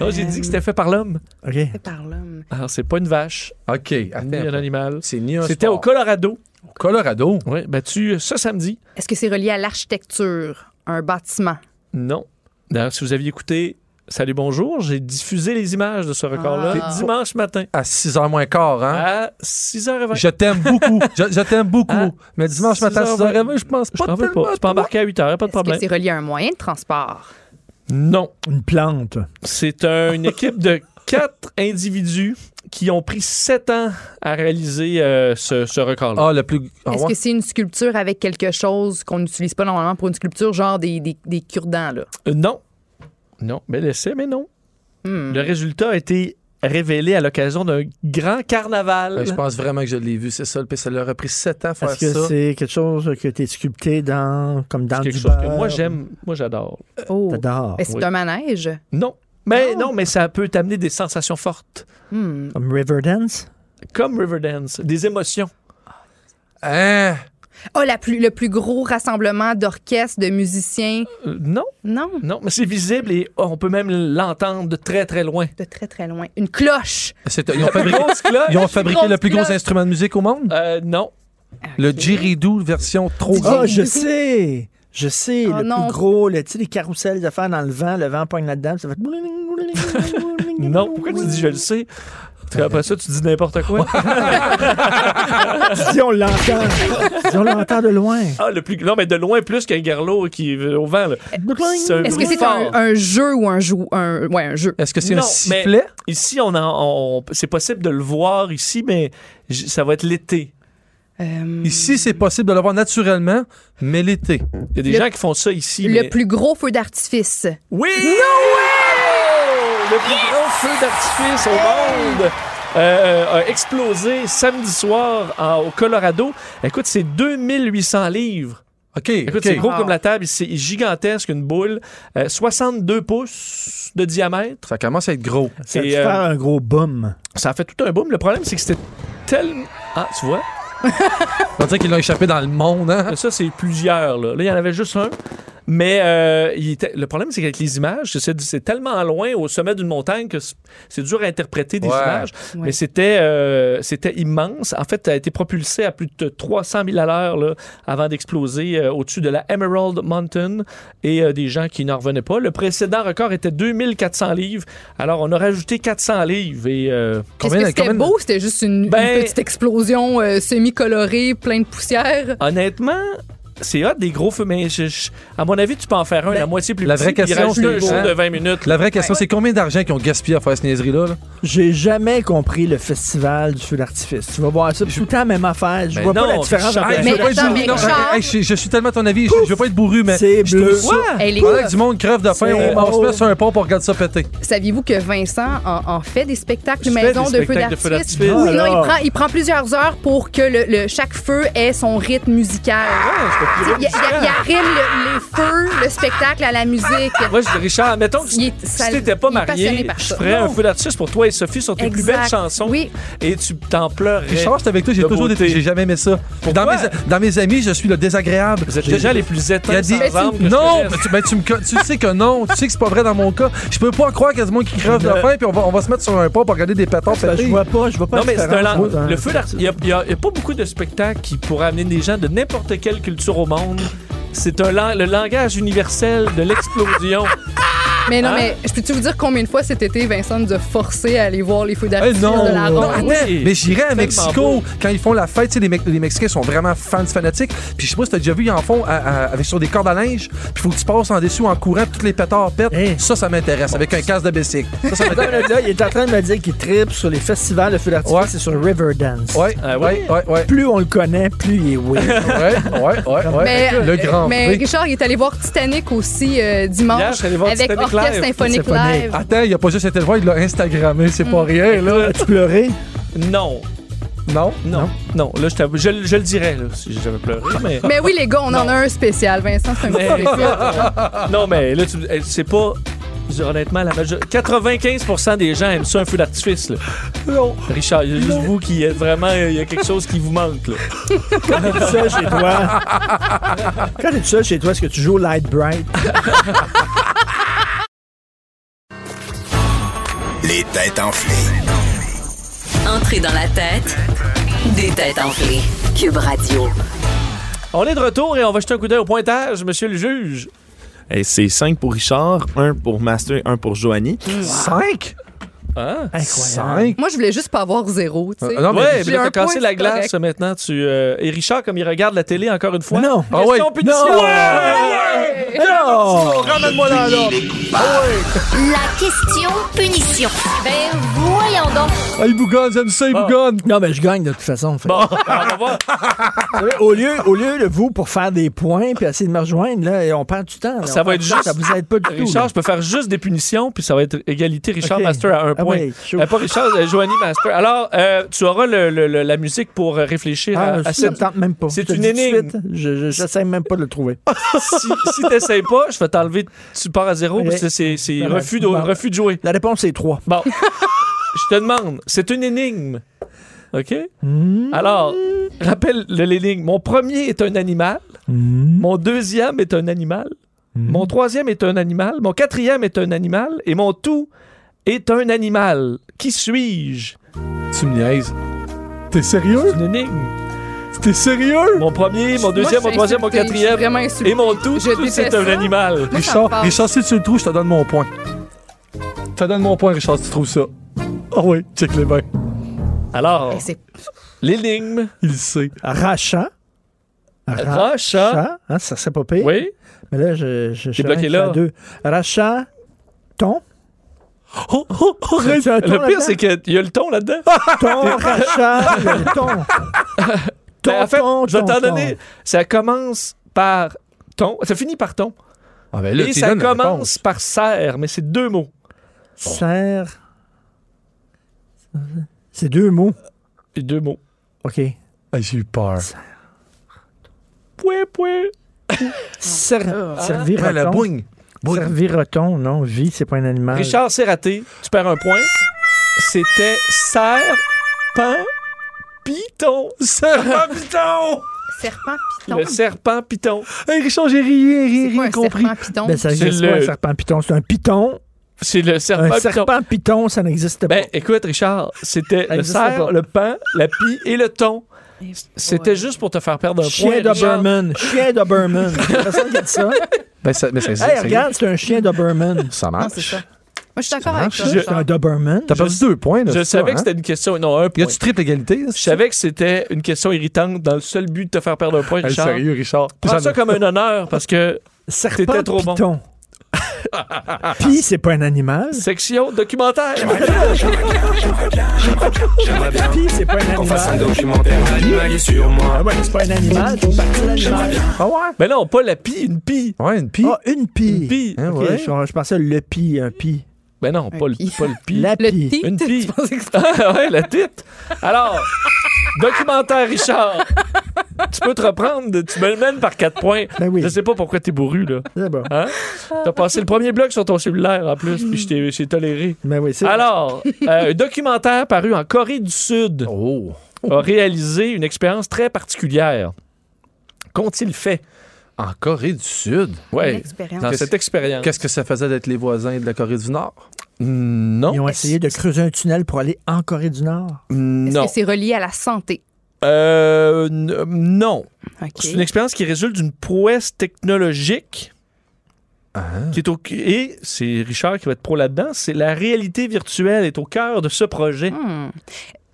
[SPEAKER 3] Non, j'ai dit que c'était fait par l'homme.
[SPEAKER 4] OK.
[SPEAKER 6] c'est par l'homme.
[SPEAKER 3] Alors, c'est pas une vache,
[SPEAKER 5] OK.
[SPEAKER 3] ni un
[SPEAKER 5] Attends.
[SPEAKER 3] animal.
[SPEAKER 5] C'est ni un
[SPEAKER 3] C'était
[SPEAKER 5] sport.
[SPEAKER 3] au Colorado.
[SPEAKER 5] Colorado.
[SPEAKER 3] Oui, battu euh, ce samedi.
[SPEAKER 6] Est-ce que c'est relié à l'architecture? Un bâtiment?
[SPEAKER 3] Non. D'ailleurs, si vous aviez écouté Salut Bonjour, j'ai diffusé les images de ce record-là
[SPEAKER 6] Ah.
[SPEAKER 3] dimanche matin
[SPEAKER 5] À 6h moins quart, hein?
[SPEAKER 3] à 6h20.
[SPEAKER 5] Je t'aime beaucoup. Je, je t'aime beaucoup.
[SPEAKER 3] Ah.
[SPEAKER 5] Mais dimanche matin,
[SPEAKER 3] 6h20,
[SPEAKER 5] 6h20, je pense
[SPEAKER 3] Je
[SPEAKER 5] pas
[SPEAKER 3] t'en veux
[SPEAKER 5] tellement.
[SPEAKER 3] pas. Tu peux embarquer à 8h, pas de
[SPEAKER 6] Est-ce que
[SPEAKER 3] problème.
[SPEAKER 6] c'est relié à un moyen de transport?
[SPEAKER 3] Non.
[SPEAKER 4] Une plante.
[SPEAKER 3] C'est un- une équipe de quatre individus qui ont pris sept ans à réaliser euh, ce, ce record-là.
[SPEAKER 5] Ah, le plus. Ah,
[SPEAKER 6] Est-ce
[SPEAKER 5] ouais.
[SPEAKER 6] que c'est une sculpture avec quelque chose qu'on n'utilise pas normalement pour une sculpture, genre des, des, des cure-dents, là?
[SPEAKER 3] Euh, non. Non. Mais l'essai, mais non.
[SPEAKER 6] Hmm.
[SPEAKER 3] Le résultat a été révélé à l'occasion d'un grand carnaval.
[SPEAKER 5] Euh, Je pense vraiment que je l'ai vu, c'est ça. Le ça leur a pris 7 ans à faire
[SPEAKER 4] Est-ce que
[SPEAKER 5] ça.
[SPEAKER 4] c'est quelque chose que tu es sculpté dans, comme dans
[SPEAKER 3] C'est
[SPEAKER 4] du
[SPEAKER 3] quelque chose que
[SPEAKER 4] beurre?
[SPEAKER 3] moi j'aime, moi j'adore.
[SPEAKER 6] Oh.
[SPEAKER 4] T'adores.
[SPEAKER 6] Mais c'est
[SPEAKER 3] Oui.
[SPEAKER 6] un manège?
[SPEAKER 3] Non. Mais Ben, non, mais ça peut t'amener des sensations fortes,
[SPEAKER 6] Hmm.
[SPEAKER 4] Comme Riverdance?
[SPEAKER 3] comme Riverdance, des émotions. Euh,
[SPEAKER 5] Hein?
[SPEAKER 6] Oh, la plus, le plus gros rassemblement d'orchestres, de musiciens.
[SPEAKER 3] Euh, non,
[SPEAKER 6] Non,
[SPEAKER 3] non, mais c'est visible et oh, on peut même l'entendre de très très loin.
[SPEAKER 6] de très très loin. Une cloche.
[SPEAKER 5] C'est- Ils ont fabriqué,
[SPEAKER 3] Grosse cloche.
[SPEAKER 5] ils ont fabriqué le plus gros
[SPEAKER 6] cloche.
[SPEAKER 5] instrument de musique au monde?
[SPEAKER 3] Euh, non,
[SPEAKER 5] Le Jiridou version trop
[SPEAKER 4] Ah,
[SPEAKER 5] grande.
[SPEAKER 4] je sais! Je sais,
[SPEAKER 6] Ah,
[SPEAKER 4] le
[SPEAKER 6] non.
[SPEAKER 4] plus gros, le, tu sais, les carousels de faire dans le vent, le vent pogne là-dedans, ça fait...
[SPEAKER 3] non. Pourquoi tu dis je le sais Puis après ça, tu dis n'importe quoi.
[SPEAKER 4] Si on l'entend, si on l'entend de loin.
[SPEAKER 3] ah, le plus... Non, mais de loin plus qu'un garlot qui euh, au vent. là. C'est un
[SPEAKER 6] Eh, Est-ce que
[SPEAKER 3] bruit
[SPEAKER 6] c'est
[SPEAKER 3] fort.
[SPEAKER 6] un, un jeu ou un jou... un, ouais, un jeu?
[SPEAKER 5] Est-ce que c'est un
[SPEAKER 3] Non,
[SPEAKER 5] sifflet?
[SPEAKER 3] mais ici, on en- on- c'est possible de le voir ici, mais j- ça va être l'été.
[SPEAKER 6] Euh,
[SPEAKER 5] Ici, c'est possible de le voir naturellement, mais l'été.
[SPEAKER 3] Il y a des
[SPEAKER 6] Le-
[SPEAKER 3] gens qui font ça ici.
[SPEAKER 6] le
[SPEAKER 3] mais-
[SPEAKER 6] plus gros feu d'artifice.
[SPEAKER 3] Oui! Le plus grand feu d'artifice au monde euh, a explosé samedi soir en- au Colorado. Écoute, c'est 2800 livres.
[SPEAKER 5] OK.
[SPEAKER 3] Écoute,
[SPEAKER 5] OK.
[SPEAKER 3] c'est gros
[SPEAKER 6] Wow.
[SPEAKER 3] comme la table, c'est gigantesque, une boule, Euh, 62 pouces de diamètre.
[SPEAKER 5] Ça commence à être gros.
[SPEAKER 4] Ça a dû
[SPEAKER 3] Et, euh,
[SPEAKER 4] faire un gros boom.
[SPEAKER 3] Ça a fait tout un boom. Le problème, c'est que c'était tellement... Ah, tu vois?
[SPEAKER 5] On dirait qu'ils l'ont échappé dans le monde, hein?
[SPEAKER 3] Ça, c'est plusieurs. Là, Là, il y en avait juste un. Mais euh, il était- le problème, c'est qu'avec les images, c'est, c'est tellement loin au sommet d'une montagne que c'est- c'est dur à interpréter des
[SPEAKER 5] Ouais.
[SPEAKER 3] images.
[SPEAKER 6] Ouais.
[SPEAKER 3] Mais c'était, euh, c'était immense. En fait, ça a été propulsé à plus de 300 000 à l'heure là, avant d'exploser euh, au-dessus de la Emerald Mountain et euh, des gens qui n'en revenaient pas. Le précédent record était 2400 livres. Alors, on a rajouté 400 livres et... euh,
[SPEAKER 6] Est-ce
[SPEAKER 5] Combien de-
[SPEAKER 6] que c'était
[SPEAKER 5] combien de-
[SPEAKER 6] beau? C'était juste une, une
[SPEAKER 3] Ben-
[SPEAKER 6] petite explosion euh, semi-colorée, plein de poussière.
[SPEAKER 3] Honnêtement, c'est hot des gros feux, mais je- je- à mon avis, tu peux en faire un la moitié plus
[SPEAKER 5] Ben, la
[SPEAKER 3] petit,
[SPEAKER 5] vraie
[SPEAKER 3] puis
[SPEAKER 5] question,
[SPEAKER 3] rajouter un
[SPEAKER 5] c'est-
[SPEAKER 3] show
[SPEAKER 5] hein?
[SPEAKER 3] de 20 minutes.
[SPEAKER 5] La vraie question, c'est combien d'argent qu'ils ont gaspillé à faire cette niaiserie-là? là?
[SPEAKER 4] J'ai jamais compris le festival du feu d'artifice. Tu vas voir ça, c'est tout le temps la même affaire. Je
[SPEAKER 3] Mais
[SPEAKER 4] vois
[SPEAKER 3] Ben non,
[SPEAKER 4] pas la différence entre la
[SPEAKER 5] Hey, je veux
[SPEAKER 6] Ah, Mais
[SPEAKER 5] pas être
[SPEAKER 6] attends,
[SPEAKER 5] bourru,
[SPEAKER 6] mais
[SPEAKER 5] non,
[SPEAKER 6] Charles-
[SPEAKER 5] hey, je, je suis tellement ton avis, je, je veux pas être bourru, mais.
[SPEAKER 4] C'est
[SPEAKER 5] je trouve
[SPEAKER 4] bleu.
[SPEAKER 5] ça-
[SPEAKER 6] Elle est
[SPEAKER 5] Pendant que du monde crève de faim,
[SPEAKER 4] C'est
[SPEAKER 5] on, on se
[SPEAKER 4] beau.
[SPEAKER 5] met sur un pont pour regarder ça péter.
[SPEAKER 6] Saviez-vous que Vincent en, en fait des spectacles
[SPEAKER 3] Je fais
[SPEAKER 6] maison
[SPEAKER 3] des
[SPEAKER 6] de feux
[SPEAKER 3] spectacles de feux
[SPEAKER 6] d'artifice?
[SPEAKER 3] d'artifice.
[SPEAKER 6] Oui, non,
[SPEAKER 4] Alors.
[SPEAKER 6] il prend, il prend plusieurs heures pour que le, le- chaque feu ait son rythme musical.
[SPEAKER 3] Ah,
[SPEAKER 6] Il, il- il arrime le- les feux, le spectacle à la musique.
[SPEAKER 3] Moi, je dis, Richard, mettons que
[SPEAKER 6] Il est-
[SPEAKER 3] si
[SPEAKER 6] ça-
[SPEAKER 3] t'étais pas
[SPEAKER 6] il est passionné
[SPEAKER 3] marié,
[SPEAKER 6] par
[SPEAKER 3] je
[SPEAKER 6] ça.
[SPEAKER 3] ferais un
[SPEAKER 6] Non.
[SPEAKER 3] feu d'artifice pour toi et Sophie sur tes plus
[SPEAKER 6] Exact.
[SPEAKER 3] belles chansons
[SPEAKER 6] Oui.
[SPEAKER 3] et tu t'en pleurerais.
[SPEAKER 5] Richard, j'étais avec toi, j'ai
[SPEAKER 3] De
[SPEAKER 5] toujours
[SPEAKER 3] beauté.
[SPEAKER 5] été. J'ai jamais aimé ça. Dans
[SPEAKER 3] Pourquoi?
[SPEAKER 5] mes, dans mes amis, je suis le désagréable.
[SPEAKER 3] vous êtes
[SPEAKER 5] J'ai-
[SPEAKER 3] déjà les plus
[SPEAKER 5] Il y
[SPEAKER 3] éteints
[SPEAKER 5] a des...
[SPEAKER 3] sans âme que je
[SPEAKER 5] Non,
[SPEAKER 3] connaisse.
[SPEAKER 5] mais tu, ben, tu me co- tu sais que non. Tu sais que c'est pas vrai dans mon cas. Je peux pas croire qu'il y a du monde qui crève de
[SPEAKER 3] Le-
[SPEAKER 5] faim, puis on va, on va se mettre sur un pont pour regarder des pétards
[SPEAKER 4] Ben,
[SPEAKER 5] péter.
[SPEAKER 4] je vois pas, je vois pas
[SPEAKER 3] Non,
[SPEAKER 4] la
[SPEAKER 3] mais c'est un
[SPEAKER 4] différence
[SPEAKER 3] lan-
[SPEAKER 4] entre un-
[SPEAKER 3] Le feu d'artifice, il n'y a, il y a pas beaucoup de spectacles qui pourraient amener des gens de n'importe quelle culture au monde. C'est un lang- le langage universel de l'explosion.
[SPEAKER 6] Mais non,
[SPEAKER 3] Hein?
[SPEAKER 6] mais je peux-tu vous dire combien de fois cet été Vincent nous a forcé à aller voir les feux
[SPEAKER 5] Eh
[SPEAKER 6] d'artifice
[SPEAKER 5] non,
[SPEAKER 6] de la
[SPEAKER 5] non,
[SPEAKER 6] ronde?
[SPEAKER 5] attends,
[SPEAKER 3] Oui.
[SPEAKER 5] mais j'irai à
[SPEAKER 3] Tellement
[SPEAKER 5] Mexico
[SPEAKER 3] beau.
[SPEAKER 5] quand ils font la fête. tu sais, Les, Mex- les Mexicains sont vraiment fans fanatiques. Puis je sais pas si t'as déjà vu, ils en font à- à- avec sur des cordes à linge. Puis faut que tu passes en dessous en courant, puis toutes les pétards pètent.
[SPEAKER 3] Eh.
[SPEAKER 4] Hey.
[SPEAKER 5] Ça, ça m'intéresse. Avec un casque de bicycle. Ça, ça
[SPEAKER 4] Comme
[SPEAKER 5] m'intéresse.
[SPEAKER 4] le gars, il est en train de me dire qu'il tripe sur les festivals de feu d'artifice
[SPEAKER 5] Ouais.
[SPEAKER 4] et sur Riverdance.
[SPEAKER 5] Ouais,
[SPEAKER 3] Ah oui?
[SPEAKER 5] ouais, ouais, ouais,
[SPEAKER 4] Plus on le connaît, plus il est weird.
[SPEAKER 5] ouais, ouais, ouais, ouais.
[SPEAKER 6] Mais, euh,
[SPEAKER 5] le grand
[SPEAKER 6] mais
[SPEAKER 5] V.
[SPEAKER 6] Richard, il est allé voir Titanic aussi
[SPEAKER 3] Hier,
[SPEAKER 6] euh,
[SPEAKER 3] je
[SPEAKER 6] dimanche
[SPEAKER 3] suis allé voir
[SPEAKER 6] avec
[SPEAKER 3] Titanic
[SPEAKER 6] Orchestre
[SPEAKER 3] live.
[SPEAKER 6] Symphonique
[SPEAKER 4] Symphonique.
[SPEAKER 6] Live.
[SPEAKER 5] Attends, il a pas juste été le voir, il l'a Instagrammé, c'est
[SPEAKER 6] Mm.
[SPEAKER 5] pas rien, là.
[SPEAKER 4] As-tu pleuré?
[SPEAKER 3] Non,
[SPEAKER 5] Non?
[SPEAKER 3] non, non. Là, je, t'avoue- je- je le dirais là, si j'avais pleuré, mais...
[SPEAKER 6] Mais oui, les gars, on en a un spécial. Vincent, c'est un
[SPEAKER 3] Mais-
[SPEAKER 6] petit spécial.
[SPEAKER 3] Non, mais là, tu, eh, c'est pas. je- Honnêtement, la majorité. 95 des gens aiment ça, un feu d'artifice. Là. Non. Richard, il y a juste vous qui êtes vraiment. euh, Il y a quelque chose qui vous manque. Là.
[SPEAKER 4] Quand t'es tout seul chez toi, quand t'es tout seul chez toi, est-ce que tu joues au Light Bright?
[SPEAKER 2] Les têtes enflées.
[SPEAKER 1] Entrée dans la tête des têtes enflées. Cube Radio.
[SPEAKER 3] On est de retour et on va jeter un coup d'œil au pointage, monsieur le juge.
[SPEAKER 7] Et c'est 5 pour Richard, 1 pour Master, 1 pour Joanie.
[SPEAKER 5] 5?
[SPEAKER 3] Hein?
[SPEAKER 4] Incroyable.
[SPEAKER 5] 5?
[SPEAKER 6] Moi, je voulais juste pas avoir zéro, tu sais.
[SPEAKER 5] non, mais
[SPEAKER 3] Ouais,
[SPEAKER 6] Ah, j'ai
[SPEAKER 3] mais là,
[SPEAKER 6] un
[SPEAKER 3] t'as cassé
[SPEAKER 6] point,
[SPEAKER 3] la
[SPEAKER 6] c'est
[SPEAKER 3] glace
[SPEAKER 6] correct.
[SPEAKER 3] maintenant. Tu, euh, Et Richard, comme il regarde la télé encore une fois.
[SPEAKER 4] Mais non.
[SPEAKER 5] Ah ouais.
[SPEAKER 3] Question punition.
[SPEAKER 4] Non.
[SPEAKER 3] Ouais.
[SPEAKER 4] Non!
[SPEAKER 3] Ramène-moi dans l'ordre.
[SPEAKER 11] La question punition. Ben voyons donc.
[SPEAKER 5] Ah, il bougonne, j'aime ça, il bougonne.
[SPEAKER 4] Non, mais je gagne de toute façon. Fait.
[SPEAKER 3] Bon, on va voir.
[SPEAKER 4] Au, lieu, au lieu de vous pour faire des points puis essayer de me rejoindre, là, et on perd du temps. là.
[SPEAKER 3] Ça va
[SPEAKER 4] On perd
[SPEAKER 3] être
[SPEAKER 4] du temps,
[SPEAKER 3] juste-
[SPEAKER 4] Ça vous aide pas du tout.
[SPEAKER 3] Richard,
[SPEAKER 4] là.
[SPEAKER 3] je peux faire juste des punitions, puis ça va être égalité. Richard
[SPEAKER 4] Ok.
[SPEAKER 3] Master à un
[SPEAKER 4] Ah
[SPEAKER 3] point.
[SPEAKER 4] ouais, chaud.
[SPEAKER 3] Euh, pas Richard, euh, Joanie Master. Alors, euh, tu auras le- le- le- la musique pour euh, réfléchir
[SPEAKER 4] Ah,
[SPEAKER 3] à- à,
[SPEAKER 4] ça me
[SPEAKER 3] cette.
[SPEAKER 4] tente même pas.
[SPEAKER 3] c'est
[SPEAKER 4] Je te
[SPEAKER 3] une
[SPEAKER 4] dis tout de
[SPEAKER 3] énigme. Ah.
[SPEAKER 4] suite, Je je- j'essaie même pas de le trouver.
[SPEAKER 3] si si t'essayes pas, je vais t'enlever. Tu pars à zéro
[SPEAKER 4] Ok.
[SPEAKER 3] parce que c'est- c'est
[SPEAKER 4] Ben,
[SPEAKER 3] refus, de-
[SPEAKER 4] bon.
[SPEAKER 3] refus de jouer.
[SPEAKER 4] La réponse est 3.
[SPEAKER 3] Bon, je te demande, c'est une énigme. OK?
[SPEAKER 5] Hmm.
[SPEAKER 3] Alors, rappelle le- l'énigme. Mon premier est un animal.
[SPEAKER 5] Hmm.
[SPEAKER 3] Mon deuxième est un animal. Mon troisième est un animal. Mon quatrième est un animal. Et mon tout est un animal. Qui suis-je?
[SPEAKER 5] Tu me niaises. T'es sérieux?
[SPEAKER 3] C'est une énigme.
[SPEAKER 5] T'es sérieux?
[SPEAKER 3] Mon premier, mon deuxième,
[SPEAKER 6] Moi,
[SPEAKER 3] mon
[SPEAKER 6] je suis
[SPEAKER 3] troisième, mon
[SPEAKER 6] insultée. Je suis
[SPEAKER 3] quatrième.
[SPEAKER 6] vraiment insultée.
[SPEAKER 3] Et mon tout,
[SPEAKER 6] Je
[SPEAKER 3] tout, c'est
[SPEAKER 6] déteste
[SPEAKER 3] un
[SPEAKER 6] ça.
[SPEAKER 3] animal.
[SPEAKER 6] Moi, ça me
[SPEAKER 5] Richard,
[SPEAKER 6] parle.
[SPEAKER 5] Richard, si tu le trouves, je te donne mon point. Je te donne mon point, Richard, si tu trouves ça. Ah oui, check les bains.
[SPEAKER 3] Alors,
[SPEAKER 6] Et Eh, c'est-
[SPEAKER 3] l'énigme.
[SPEAKER 5] Il sait.
[SPEAKER 4] Rachat.
[SPEAKER 3] Rachat.
[SPEAKER 4] hein, ça serait pas pire.
[SPEAKER 3] Oui.
[SPEAKER 4] Mais là, je, je, je suis
[SPEAKER 3] bloqué
[SPEAKER 4] rendu à
[SPEAKER 3] là.
[SPEAKER 4] deux. Rachat, ton.
[SPEAKER 3] Oh, oh, oh,
[SPEAKER 4] C'est- c'est un ton
[SPEAKER 3] le
[SPEAKER 4] là-dedans? Ah,
[SPEAKER 3] pire, c'est qu'il y a le ton là-dedans.
[SPEAKER 4] Ton, rachat, le ton. Ton,
[SPEAKER 3] Ben, en fait,
[SPEAKER 4] ton,
[SPEAKER 3] je vais
[SPEAKER 4] ton,
[SPEAKER 3] t'en
[SPEAKER 4] ton.
[SPEAKER 3] donner. Ça commence par ton. Ça finit par ton.
[SPEAKER 5] Ah, ben là,
[SPEAKER 3] Et
[SPEAKER 5] tu
[SPEAKER 3] ça
[SPEAKER 5] donnes la
[SPEAKER 3] commence
[SPEAKER 5] réponse.
[SPEAKER 3] par serre, mais c'est deux mots.
[SPEAKER 4] Serre. C'est deux mots.
[SPEAKER 3] Et deux mots.
[SPEAKER 4] OK.
[SPEAKER 5] Ah, J'ai eu peur.
[SPEAKER 3] Pouais, pouais.
[SPEAKER 4] Ser- servir
[SPEAKER 5] Ah. Ouais, la boing. Boing.
[SPEAKER 4] Serviroton, non, vie, c'est pas un animal.
[SPEAKER 3] Richard, c'est raté. Tu perds un point. C'était serre, pan, piton.
[SPEAKER 5] Serpent piton!
[SPEAKER 6] Serpent piton.
[SPEAKER 3] Le serpent piton.
[SPEAKER 5] Hey, Richard, j'ai ri, ri,
[SPEAKER 6] C'est
[SPEAKER 5] ri,
[SPEAKER 6] quoi un
[SPEAKER 5] compris.
[SPEAKER 6] serpent piton?
[SPEAKER 4] Ben, ça
[SPEAKER 3] C'est
[SPEAKER 4] existe pas,
[SPEAKER 3] le-
[SPEAKER 4] un serpent python. C'est un python.
[SPEAKER 3] C'est le
[SPEAKER 4] Un
[SPEAKER 3] serpent piton.
[SPEAKER 4] serpent python, ça n'existe pas.
[SPEAKER 3] Ben, écoute, Richard, c'était
[SPEAKER 4] Ça
[SPEAKER 3] le
[SPEAKER 4] existe
[SPEAKER 3] cerf,
[SPEAKER 4] pas.
[SPEAKER 3] le pan, la pie et le ton. C'était juste pour te faire perdre un
[SPEAKER 4] chien
[SPEAKER 3] point. Richard.
[SPEAKER 4] Doberman. Chien Doberman. Personne qui a dit ça.
[SPEAKER 5] Ben, ça, mais ça,
[SPEAKER 4] Hey,
[SPEAKER 5] ça-
[SPEAKER 4] regarde, c'est un chien Doberman.
[SPEAKER 5] ça
[SPEAKER 6] Non, Ah, c'est
[SPEAKER 5] marche.
[SPEAKER 6] ça. Moi, je suis d'accord avec
[SPEAKER 5] marche.
[SPEAKER 6] toi.
[SPEAKER 4] C'est un
[SPEAKER 6] Richard.
[SPEAKER 4] Doberman.
[SPEAKER 5] T'as perdu deux points, là.
[SPEAKER 3] Je
[SPEAKER 5] c'est
[SPEAKER 3] savais
[SPEAKER 5] ça,
[SPEAKER 3] que
[SPEAKER 5] hein?
[SPEAKER 3] c'était une question. Non, un
[SPEAKER 5] Y
[SPEAKER 3] point.
[SPEAKER 5] a-tu triple égalité?
[SPEAKER 3] Je savais que c'était une question irritante dans le seul but de te faire perdre un point, Richard.
[SPEAKER 5] Sérieux, Richard.
[SPEAKER 3] Prends
[SPEAKER 5] J'en
[SPEAKER 3] ça
[SPEAKER 5] ai-
[SPEAKER 3] comme un honneur parce que
[SPEAKER 4] Serpent
[SPEAKER 3] trop bon.
[SPEAKER 4] python. Pis, c'est pas un animal.
[SPEAKER 3] section documentaire.
[SPEAKER 4] Pis, c'est pas un animal.
[SPEAKER 10] documentaire animalier sur moi.
[SPEAKER 4] Ah ouais, c'est pas un animal. c'est une partie de l'animal. Ah ouais?
[SPEAKER 3] Mais Ben non, pas la pie, une pie.
[SPEAKER 5] Ouais, une pie.
[SPEAKER 4] Ah, une
[SPEAKER 3] Une
[SPEAKER 4] pie.
[SPEAKER 3] pie.
[SPEAKER 5] Hein,
[SPEAKER 4] Ok,
[SPEAKER 5] ouais.
[SPEAKER 4] je, je pensais le pie, un pie.
[SPEAKER 3] Mais Ben non, pas le,
[SPEAKER 6] pie.
[SPEAKER 3] pas le pie.
[SPEAKER 4] La
[SPEAKER 6] Le
[SPEAKER 4] pie.
[SPEAKER 6] titre.
[SPEAKER 3] Une pie.
[SPEAKER 6] Tu pensais que c'était-
[SPEAKER 3] Ah, ouais, la tite. Alors, documentaire, Richard. Tu peux te reprendre. de- Tu me le mènes par quatre points.
[SPEAKER 4] Ben oui.
[SPEAKER 3] Je sais pas pourquoi t'es bourru, là.
[SPEAKER 4] C'est bon.
[SPEAKER 3] Hein?
[SPEAKER 6] Ah.
[SPEAKER 3] T'as passé le premier bloc sur ton cellulaire en plus, puis je t'ai je t'ai toléré.
[SPEAKER 4] Ben oui, c'est
[SPEAKER 3] Alors, euh, un documentaire paru en Corée du Sud
[SPEAKER 5] Oh.
[SPEAKER 3] a réalisé une expérience très particulière. Qu'ont-ils fait?
[SPEAKER 5] En Corée du Sud.
[SPEAKER 6] Une
[SPEAKER 3] Ouais,
[SPEAKER 6] expérience.
[SPEAKER 3] dans
[SPEAKER 5] Qu'est-ce-
[SPEAKER 3] cette expérience.
[SPEAKER 5] Qu'est-ce que ça faisait d'être les voisins de la Corée du Nord?
[SPEAKER 3] Non.
[SPEAKER 4] Ils
[SPEAKER 6] Oh,
[SPEAKER 4] ont essayé de creuser un tunnel pour aller en Corée du Nord.
[SPEAKER 6] Est-ce
[SPEAKER 3] Non.
[SPEAKER 6] que c'est relié à la santé?
[SPEAKER 3] Euh, n- non.
[SPEAKER 6] OK.
[SPEAKER 3] C'est une expérience qui résulte d'une prouesse technologique. Qui est au, et c'est Richard qui va être pro là-dedans. C'est la réalité virtuelle est au cœur de ce projet.
[SPEAKER 6] Hmm.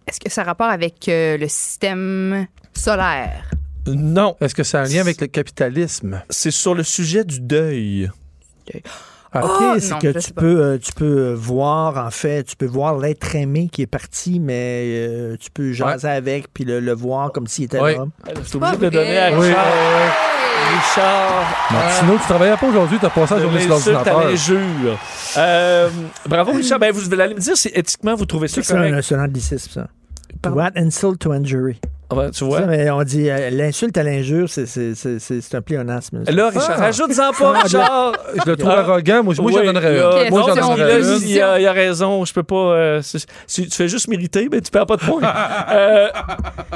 [SPEAKER 6] Est-ce que ça a rapport avec euh, le système solaire?
[SPEAKER 3] Non,
[SPEAKER 5] Est-ce que ça a un lien avec le capitalisme?
[SPEAKER 3] c'est sur le sujet du deuil.
[SPEAKER 6] Ah,
[SPEAKER 4] OK, c'est
[SPEAKER 6] non,
[SPEAKER 4] que
[SPEAKER 6] je
[SPEAKER 4] tu
[SPEAKER 6] sais pas.
[SPEAKER 4] peux, euh, tu peux euh, voir, en fait, tu peux voir l'être aimé qui est parti, mais euh, tu peux jaser avec puis le, le voir comme s'il était
[SPEAKER 5] Ouais.
[SPEAKER 4] là.
[SPEAKER 3] C'est
[SPEAKER 6] pas
[SPEAKER 3] obligé de donner à
[SPEAKER 6] vrai.
[SPEAKER 3] Richard. Richard.
[SPEAKER 5] Martino, tu travaillais pas aujourd'hui, t'as passé la journée sur
[SPEAKER 3] L'insulte à
[SPEAKER 5] l'ordinateur.
[SPEAKER 3] l'injure. Euh, bravo, Richard. Ben, vous allez me dire si éthiquement vous trouvez ça
[SPEAKER 4] C'est un,
[SPEAKER 3] correct.
[SPEAKER 4] un seul anglicisme, ça.
[SPEAKER 3] Pardon?
[SPEAKER 4] What insult to injury.
[SPEAKER 3] Ah ben, tu
[SPEAKER 4] Ça,
[SPEAKER 3] vois.
[SPEAKER 4] mais on dit euh, l'insulte à l'injure, c'est- c'est c'est- c'est- c'est un pléonasme.
[SPEAKER 3] Là, Richard,
[SPEAKER 5] Ah.
[SPEAKER 3] rajoute-en pas, Richard.
[SPEAKER 5] Je le trouve
[SPEAKER 3] Ah.
[SPEAKER 5] arrogant. Moi, je- moi, j'en
[SPEAKER 3] Oui,
[SPEAKER 5] donnerais
[SPEAKER 3] là,
[SPEAKER 5] une. Moi, j'en
[SPEAKER 6] question de
[SPEAKER 5] donnerais une.
[SPEAKER 3] Il y a, il y a raison, je peux pas. euh, c'est- si tu fais juste mériter, mais tu perds pas de points. Euh,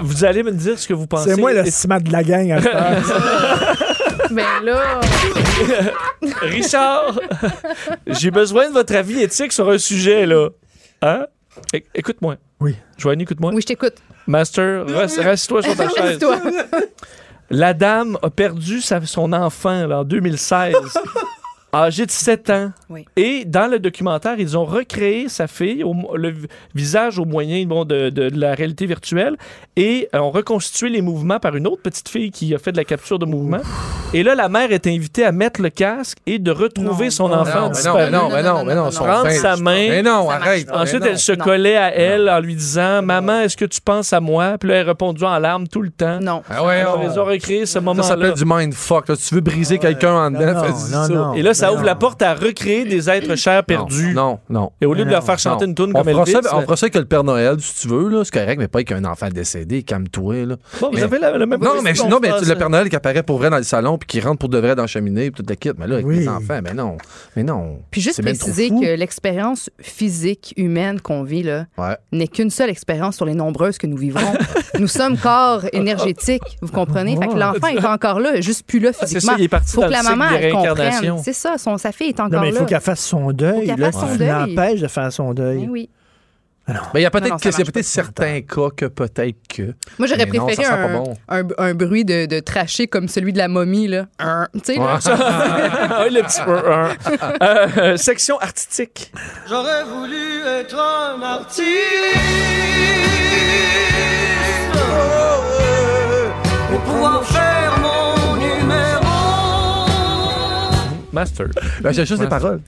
[SPEAKER 3] vous allez me dire ce que vous pensez.
[SPEAKER 4] C'est moi le ciment de la gang à cette heure.
[SPEAKER 6] Mais Ben là,
[SPEAKER 3] Richard, j'ai besoin de votre avis éthique sur un sujet, là. Hein? É- Écoute-moi.
[SPEAKER 4] Oui.
[SPEAKER 3] Joanie, écoute-moi.
[SPEAKER 6] oui, je t'écoute.
[SPEAKER 3] Master, reste- reste-toi sur ta chaise.
[SPEAKER 6] Toi.
[SPEAKER 3] La dame a perdu sa- son enfant là, en 2016, âgé de 7 ans.
[SPEAKER 6] Oui.
[SPEAKER 3] Et dans le documentaire, ils ont recréé sa fille, au mo- le vi- visage au moyen bon, de, de- de la réalité virtuelle, et euh, ont reconstitué les mouvements par une autre petite fille qui a fait de la capture de mouvement. Et là, la mère est invitée à mettre le casque et de retrouver
[SPEAKER 6] Non,
[SPEAKER 3] son
[SPEAKER 6] non,
[SPEAKER 5] Non,
[SPEAKER 3] enfant
[SPEAKER 5] mais non,
[SPEAKER 3] disparu.
[SPEAKER 5] mais non, mais non, mais non, son
[SPEAKER 3] Prendre
[SPEAKER 5] fin-
[SPEAKER 3] sa main.
[SPEAKER 5] Mais non,
[SPEAKER 6] Ça marche
[SPEAKER 5] arrête.
[SPEAKER 6] pas.
[SPEAKER 3] Ensuite,
[SPEAKER 5] Mais non.
[SPEAKER 3] elle se
[SPEAKER 6] Non.
[SPEAKER 3] collait à elle en lui disant Maman, est-ce que tu penses à moi Puis là, elle répondait en larmes tout le temps.
[SPEAKER 6] Non.
[SPEAKER 5] Ah ouais,
[SPEAKER 3] Alors,
[SPEAKER 5] non.
[SPEAKER 3] ils ont recréé ce
[SPEAKER 5] Ça
[SPEAKER 3] moment-là.
[SPEAKER 5] s'appelle du mindfuck. là. Si tu veux briser quelqu'un en dedans,
[SPEAKER 4] non,
[SPEAKER 5] fais-y
[SPEAKER 4] non,
[SPEAKER 5] ça.
[SPEAKER 4] non.
[SPEAKER 3] Et là, ça
[SPEAKER 4] Ben
[SPEAKER 3] ouvre
[SPEAKER 4] non.
[SPEAKER 3] la porte à recréer des êtres chers perdus.
[SPEAKER 5] Oh, Non, non.
[SPEAKER 3] Et au lieu de
[SPEAKER 4] Non,
[SPEAKER 3] leur faire chanter
[SPEAKER 5] non.
[SPEAKER 3] une tourne
[SPEAKER 5] on
[SPEAKER 3] comme
[SPEAKER 5] fera
[SPEAKER 3] Elvis... ben,
[SPEAKER 5] ça, on fera ça avec le Père Noël, si tu veux, là. C'est correct, mais pas avec un enfant décédé. Calme-toi, là.
[SPEAKER 3] Bon, vous
[SPEAKER 5] Mais-
[SPEAKER 3] avez la- le même
[SPEAKER 5] Non, mais,
[SPEAKER 3] principe,
[SPEAKER 5] non,
[SPEAKER 3] on
[SPEAKER 5] mais
[SPEAKER 3] fera
[SPEAKER 5] tu-
[SPEAKER 3] ça.
[SPEAKER 5] le Père Noël qui apparaît pour vrai dans le salon puis qui rentre pour de vrai dans la cheminée puis toute la kit. Mais là, avec
[SPEAKER 4] Oui.
[SPEAKER 5] les enfants, mais non. Mais non.
[SPEAKER 6] Puis juste
[SPEAKER 5] C'est ben trop
[SPEAKER 6] préciser
[SPEAKER 5] fou.
[SPEAKER 6] que l'expérience physique humaine qu'on vit là
[SPEAKER 5] Ouais.
[SPEAKER 6] n'est qu'une seule expérience sur les nombreuses que nous vivrons. nous sommes corps énergétiques, vous comprenez? Fait que l'enfant est encore là, juste plus là
[SPEAKER 3] Ah, C'est
[SPEAKER 6] physiquement.
[SPEAKER 3] ça, il est parti
[SPEAKER 6] faut
[SPEAKER 3] dans
[SPEAKER 6] que
[SPEAKER 3] le
[SPEAKER 6] la
[SPEAKER 3] cycle
[SPEAKER 6] maman
[SPEAKER 3] des
[SPEAKER 6] elle
[SPEAKER 3] réincarnations.
[SPEAKER 6] comprenne. C'est ça, son, sa fille est
[SPEAKER 4] Non,
[SPEAKER 6] encore
[SPEAKER 4] mais il faut
[SPEAKER 6] là.
[SPEAKER 4] qu'elle fasse son deuil.
[SPEAKER 6] qu'elle
[SPEAKER 4] là.
[SPEAKER 6] fasse son
[SPEAKER 4] Tu
[SPEAKER 6] deuil.
[SPEAKER 4] l'empêches de faire son deuil.
[SPEAKER 6] Ben oui.
[SPEAKER 5] Mais il y a
[SPEAKER 6] Non,
[SPEAKER 5] peut-être
[SPEAKER 6] non,
[SPEAKER 5] que-
[SPEAKER 6] ça
[SPEAKER 5] il y a
[SPEAKER 6] marche
[SPEAKER 5] peut-être certains cas que peut-être que.
[SPEAKER 6] Moi, j'aurais
[SPEAKER 5] Mais non,
[SPEAKER 6] préféré
[SPEAKER 5] ça sent pas
[SPEAKER 6] un,
[SPEAKER 5] bon.
[SPEAKER 6] un, un bruit de, de traché comme celui de la momie. Là. Un- Tu sais, là,
[SPEAKER 3] Ah, le petit- Euh, euh, section artistique.
[SPEAKER 9] J'aurais voulu être un artiste.
[SPEAKER 8] Oh, pour oh. pouvoir faire mon numéro.
[SPEAKER 3] Master.
[SPEAKER 5] Ben, j'ai juste des
[SPEAKER 3] Master.
[SPEAKER 5] paroles.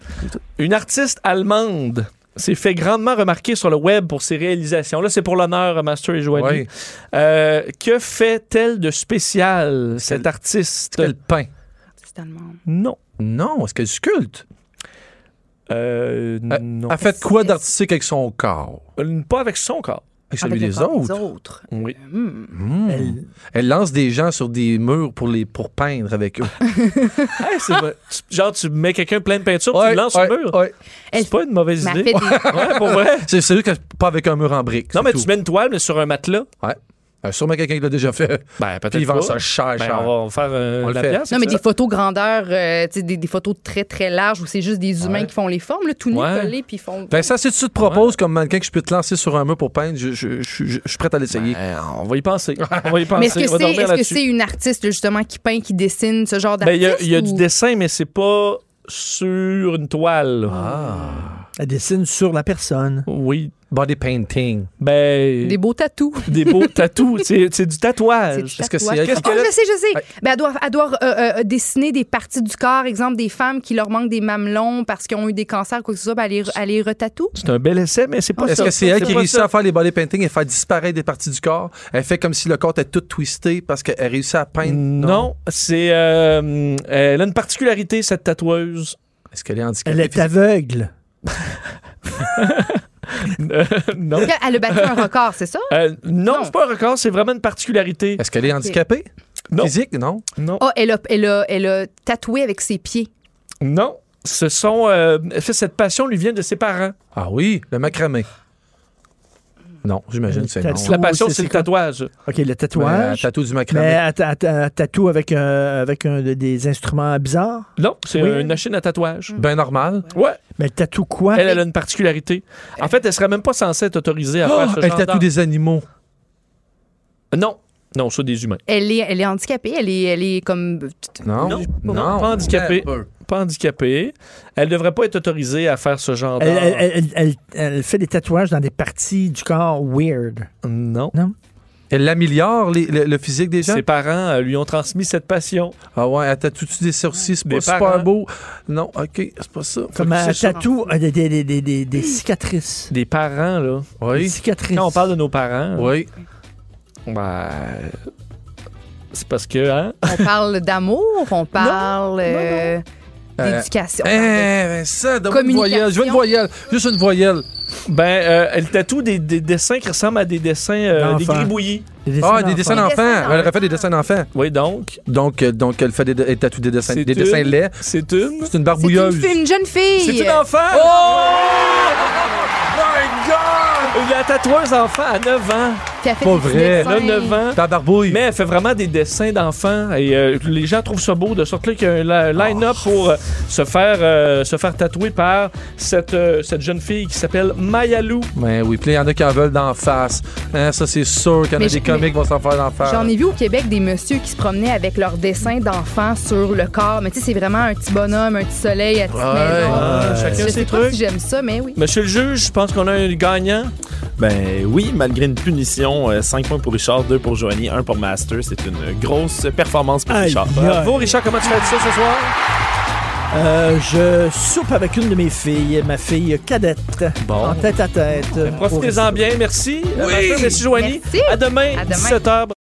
[SPEAKER 3] Une artiste allemande s'est fait grandement remarquer sur le web pour ses réalisations. Là, c'est pour l'honneur, Master et Joanie.
[SPEAKER 5] Oui.
[SPEAKER 3] Euh, que fait-elle de spécial, cette artiste?
[SPEAKER 5] Quel pain.
[SPEAKER 6] C'est allemand.
[SPEAKER 3] Non.
[SPEAKER 5] Non, est-ce qu'elle sculpte?
[SPEAKER 3] Euh, non.
[SPEAKER 5] Elle fait quoi d'artistique avec son corps?
[SPEAKER 3] Euh, Pas avec son corps.
[SPEAKER 5] Avec celui des autres?
[SPEAKER 3] Oui.
[SPEAKER 5] Hmm. Elle... lance des gens sur des murs pour, les... pour peindre avec eux.
[SPEAKER 3] Hey, c'est vrai. Tu- Genre, tu mets quelqu'un plein de peinture, tu
[SPEAKER 5] Ouais,
[SPEAKER 3] le lances
[SPEAKER 5] ouais,
[SPEAKER 3] sur le mur.
[SPEAKER 5] ouais.
[SPEAKER 6] Elle-
[SPEAKER 3] C'est pas une mauvaise
[SPEAKER 6] Mais elle
[SPEAKER 3] idée.
[SPEAKER 6] fait des-
[SPEAKER 3] Ouais, pour vrai.
[SPEAKER 5] C'est sûr que pas avec un mur en briques.
[SPEAKER 3] Non, mais
[SPEAKER 5] c'est
[SPEAKER 3] tu
[SPEAKER 5] tout.
[SPEAKER 3] mets une toile, mais sur un matelas.
[SPEAKER 5] Ouais. Euh, sûrement quelqu'un qui l'a déjà fait.
[SPEAKER 3] Ben, peut-être
[SPEAKER 5] Puis ils vendent
[SPEAKER 3] pas.
[SPEAKER 5] ça cher,
[SPEAKER 3] Ben,
[SPEAKER 5] cher.
[SPEAKER 3] on va en faire euh,
[SPEAKER 5] On le
[SPEAKER 3] la
[SPEAKER 5] fait.
[SPEAKER 3] pièce.
[SPEAKER 6] Non, mais
[SPEAKER 3] c'est
[SPEAKER 6] des photos grandeur, euh, tu sais, des, des photos très, très larges où c'est juste des humains qui font les formes, là, tout nu
[SPEAKER 3] Ouais.
[SPEAKER 6] collé, puis ils font.
[SPEAKER 5] Vincent, Ben, si tu te proposes comme mannequin que je peux te lancer sur un mur pour peindre, je, je- je- je- je suis prête à l'essayer.
[SPEAKER 3] ça. Ben, on va y penser. On va y penser.
[SPEAKER 6] mais est-ce que
[SPEAKER 3] on va
[SPEAKER 6] c'est
[SPEAKER 3] dormir
[SPEAKER 6] est-ce que
[SPEAKER 3] là-dessus.
[SPEAKER 6] c'est une artiste, là, justement, qui peint, qui dessine ce genre
[SPEAKER 3] Ben,
[SPEAKER 6] d'artiste?
[SPEAKER 3] il y a, il y a du
[SPEAKER 6] ou-
[SPEAKER 3] dessin, mais c'est pas sur une toile.
[SPEAKER 5] Ah.
[SPEAKER 4] Elle dessine sur la personne.
[SPEAKER 3] Oui.
[SPEAKER 5] Body painting.
[SPEAKER 3] Ben,
[SPEAKER 6] Des
[SPEAKER 3] des,
[SPEAKER 6] beaux tatous.
[SPEAKER 3] beaux tatous. C'est c'est du
[SPEAKER 6] C'est du
[SPEAKER 3] tatouage.
[SPEAKER 5] Est-ce que
[SPEAKER 6] tatouage.
[SPEAKER 5] c'est elle qui-
[SPEAKER 6] Oh, je sais, je sais. Ben, elle doit, elle doit euh, euh, dessiner des parties du corps, exemple des femmes qui leur manquent des mamelons parce qu'ils ont eu des cancers, quoi que ce soit, ben, elle les, re- elle les retatou.
[SPEAKER 3] C'est un bel essai, mais c'est pas
[SPEAKER 5] Est-ce
[SPEAKER 3] ça.
[SPEAKER 5] que c'est elle
[SPEAKER 3] C'est
[SPEAKER 5] qui
[SPEAKER 3] pas
[SPEAKER 5] réussit
[SPEAKER 3] ça.
[SPEAKER 5] à faire les body painting et faire disparaître des parties du corps? Elle fait comme si le corps était tout twisté parce qu'elle réussit à peindre?
[SPEAKER 3] Non, c'est. euh, elle a une particularité, cette tatoueuse.
[SPEAKER 5] Est-ce qu'elle est handicapée?
[SPEAKER 4] Elle est aveugle.
[SPEAKER 3] Euh, non.
[SPEAKER 6] Elle elle a battu un record, c'est ça?
[SPEAKER 3] Euh, non,
[SPEAKER 6] Non.
[SPEAKER 3] c'est pas un record, c'est vraiment une particularité.
[SPEAKER 5] Est-ce qu'elle est handicapée?
[SPEAKER 3] Non.
[SPEAKER 5] Physique, non?
[SPEAKER 3] Non.
[SPEAKER 6] Ah, elle, a, elle, a, elle a tatoué avec ses pieds.
[SPEAKER 3] Non. Ce sont. euh, en fait, cette passion lui vient de ses parents.
[SPEAKER 5] Ah oui, le macramé. Non, j'imagine que c'est non.
[SPEAKER 4] Tatou.
[SPEAKER 3] La
[SPEAKER 4] Oh,
[SPEAKER 3] passion,
[SPEAKER 4] c'est-
[SPEAKER 3] c'est le
[SPEAKER 4] c'est quoi?
[SPEAKER 3] tatouage.
[SPEAKER 4] OK, le
[SPEAKER 5] Euh,
[SPEAKER 4] tatouage.
[SPEAKER 5] tatou du
[SPEAKER 4] Mais
[SPEAKER 5] macramé.
[SPEAKER 3] Ben,
[SPEAKER 4] elle ta- ta- tatoue avec, un- avec un, des instruments bizarres.
[SPEAKER 3] Non, c'est
[SPEAKER 4] Oui.
[SPEAKER 3] une machine à tatouage.
[SPEAKER 6] Mm.
[SPEAKER 5] Ben normal.
[SPEAKER 3] Ouais.
[SPEAKER 4] Mais elle tatoue quoi?
[SPEAKER 3] Elle, elle a une particularité.
[SPEAKER 6] Eh.
[SPEAKER 3] En fait, elle serait même pas censée être autorisée à faire
[SPEAKER 5] Oh,
[SPEAKER 3] ce
[SPEAKER 5] elle
[SPEAKER 3] genre
[SPEAKER 5] tatoue
[SPEAKER 3] d'art.
[SPEAKER 5] des animaux.
[SPEAKER 3] Euh, Non. Non, ça, des humains.
[SPEAKER 6] Elle est, elle est handicapée, elle est, elle est comme.
[SPEAKER 5] Non,
[SPEAKER 3] Non, non, pas handicapée. Pas handicapée. Elle devrait pas être autorisée à faire ce genre
[SPEAKER 4] Elle,
[SPEAKER 3] d'art.
[SPEAKER 4] elle- elle- elle- elle fait des tatouages dans des parties du corps weird.
[SPEAKER 3] Non.
[SPEAKER 5] Elle améliore les- le, le physique des gens.
[SPEAKER 3] Ses parents euh, lui ont transmis cette passion.
[SPEAKER 5] Ah ouais, elle tatoue-tu des sourcils? C'est
[SPEAKER 3] Des
[SPEAKER 5] pas
[SPEAKER 3] parents.
[SPEAKER 5] super beau. Non, OK, c'est pas ça.
[SPEAKER 4] Comme
[SPEAKER 5] Faut que
[SPEAKER 4] elle
[SPEAKER 5] c'est ça.
[SPEAKER 4] tatoue euh, des, des- des- des- des- des cicatrices.
[SPEAKER 3] Des parents, là.
[SPEAKER 4] Des
[SPEAKER 5] Oui,
[SPEAKER 4] cicatrices.
[SPEAKER 3] Quand on parle de nos parents,
[SPEAKER 5] oui. Eh,
[SPEAKER 3] ben, c'est parce que, hein,
[SPEAKER 6] On parle d'amour, on parle euh,
[SPEAKER 5] Euh,
[SPEAKER 6] d'éducation.
[SPEAKER 5] Eh, ben ça, donne une
[SPEAKER 6] Communication.
[SPEAKER 5] voyelle. Je veux une voyelle. Juste une voyelle.
[SPEAKER 3] ben, euh, elle tatoue des, des dessins qui ressemblent à des dessins, euh, des
[SPEAKER 4] D'enfants.
[SPEAKER 3] gribouillis.
[SPEAKER 4] Des
[SPEAKER 5] Ah, des dessins
[SPEAKER 6] d'enfants.
[SPEAKER 5] d'enfants.
[SPEAKER 6] Des dessins
[SPEAKER 5] Elle aurait fait des
[SPEAKER 6] d'enfants.
[SPEAKER 5] dessins d'enfants.
[SPEAKER 3] Oui, donc,
[SPEAKER 5] Donc, euh, donc elle fait des, elle tatoue des dessins,
[SPEAKER 3] C'est
[SPEAKER 5] des
[SPEAKER 3] une-
[SPEAKER 5] dessins laids.
[SPEAKER 3] c'est une.
[SPEAKER 5] C'est une
[SPEAKER 6] C'est une,
[SPEAKER 5] barbouilleuse.
[SPEAKER 6] fille- une jeune
[SPEAKER 3] C'est
[SPEAKER 6] fille.
[SPEAKER 3] une enfant!
[SPEAKER 5] Oh
[SPEAKER 3] La tatoueuse enfant à 9 ans.
[SPEAKER 6] qui a fait
[SPEAKER 5] Pas
[SPEAKER 6] des petits
[SPEAKER 5] vrai.
[SPEAKER 3] Elle a
[SPEAKER 6] dessins.
[SPEAKER 3] 9 ans.
[SPEAKER 5] Ta barbouille.
[SPEAKER 3] Mais elle fait vraiment des dessins d'enfants et euh, les gens trouvent ça beau de sorte là, qu'il y a un la- line-up pour euh, se, faire, euh, se faire tatouer par cette, euh, cette jeune fille qui s'appelle Mayalou.
[SPEAKER 5] Ben oui, puis là, il y en a qui en veulent d'en face. Hein, ça, c'est sûr qu'il y en
[SPEAKER 6] Mais
[SPEAKER 5] a
[SPEAKER 6] j'ai-
[SPEAKER 5] des comiques qui vont s'en faire d'en face.
[SPEAKER 6] J'en ai vu au Québec des messieurs qui se promenaient avec leurs dessins d'enfants sur le corps. Mais tu sais, c'est vraiment un petit bonhomme, un petit soleil à petite maison.
[SPEAKER 3] Euh, chacun
[SPEAKER 6] Je
[SPEAKER 3] ses
[SPEAKER 6] sais pas si
[SPEAKER 3] trucs.
[SPEAKER 6] j'aime ça, mais oui.
[SPEAKER 3] Monsieur le juge, je pense qu'on a un gagnant.
[SPEAKER 7] Ben oui, malgré une punition, 5 points pour Richard, 2 pour Joanie, 1 pour Master. C'est une grosse performance pour
[SPEAKER 4] Aïe,
[SPEAKER 7] Richard.
[SPEAKER 4] aïe.
[SPEAKER 3] Bravo, Richard, comment tu fais ça ce soir?
[SPEAKER 4] Euh, je soupe avec une de mes filles, ma fille cadette, en tête à tête.
[SPEAKER 3] Profitez-en bien. Merci. Merci, Joanie.
[SPEAKER 6] Merci.
[SPEAKER 3] À demain,
[SPEAKER 6] À demain.
[SPEAKER 3] 17h.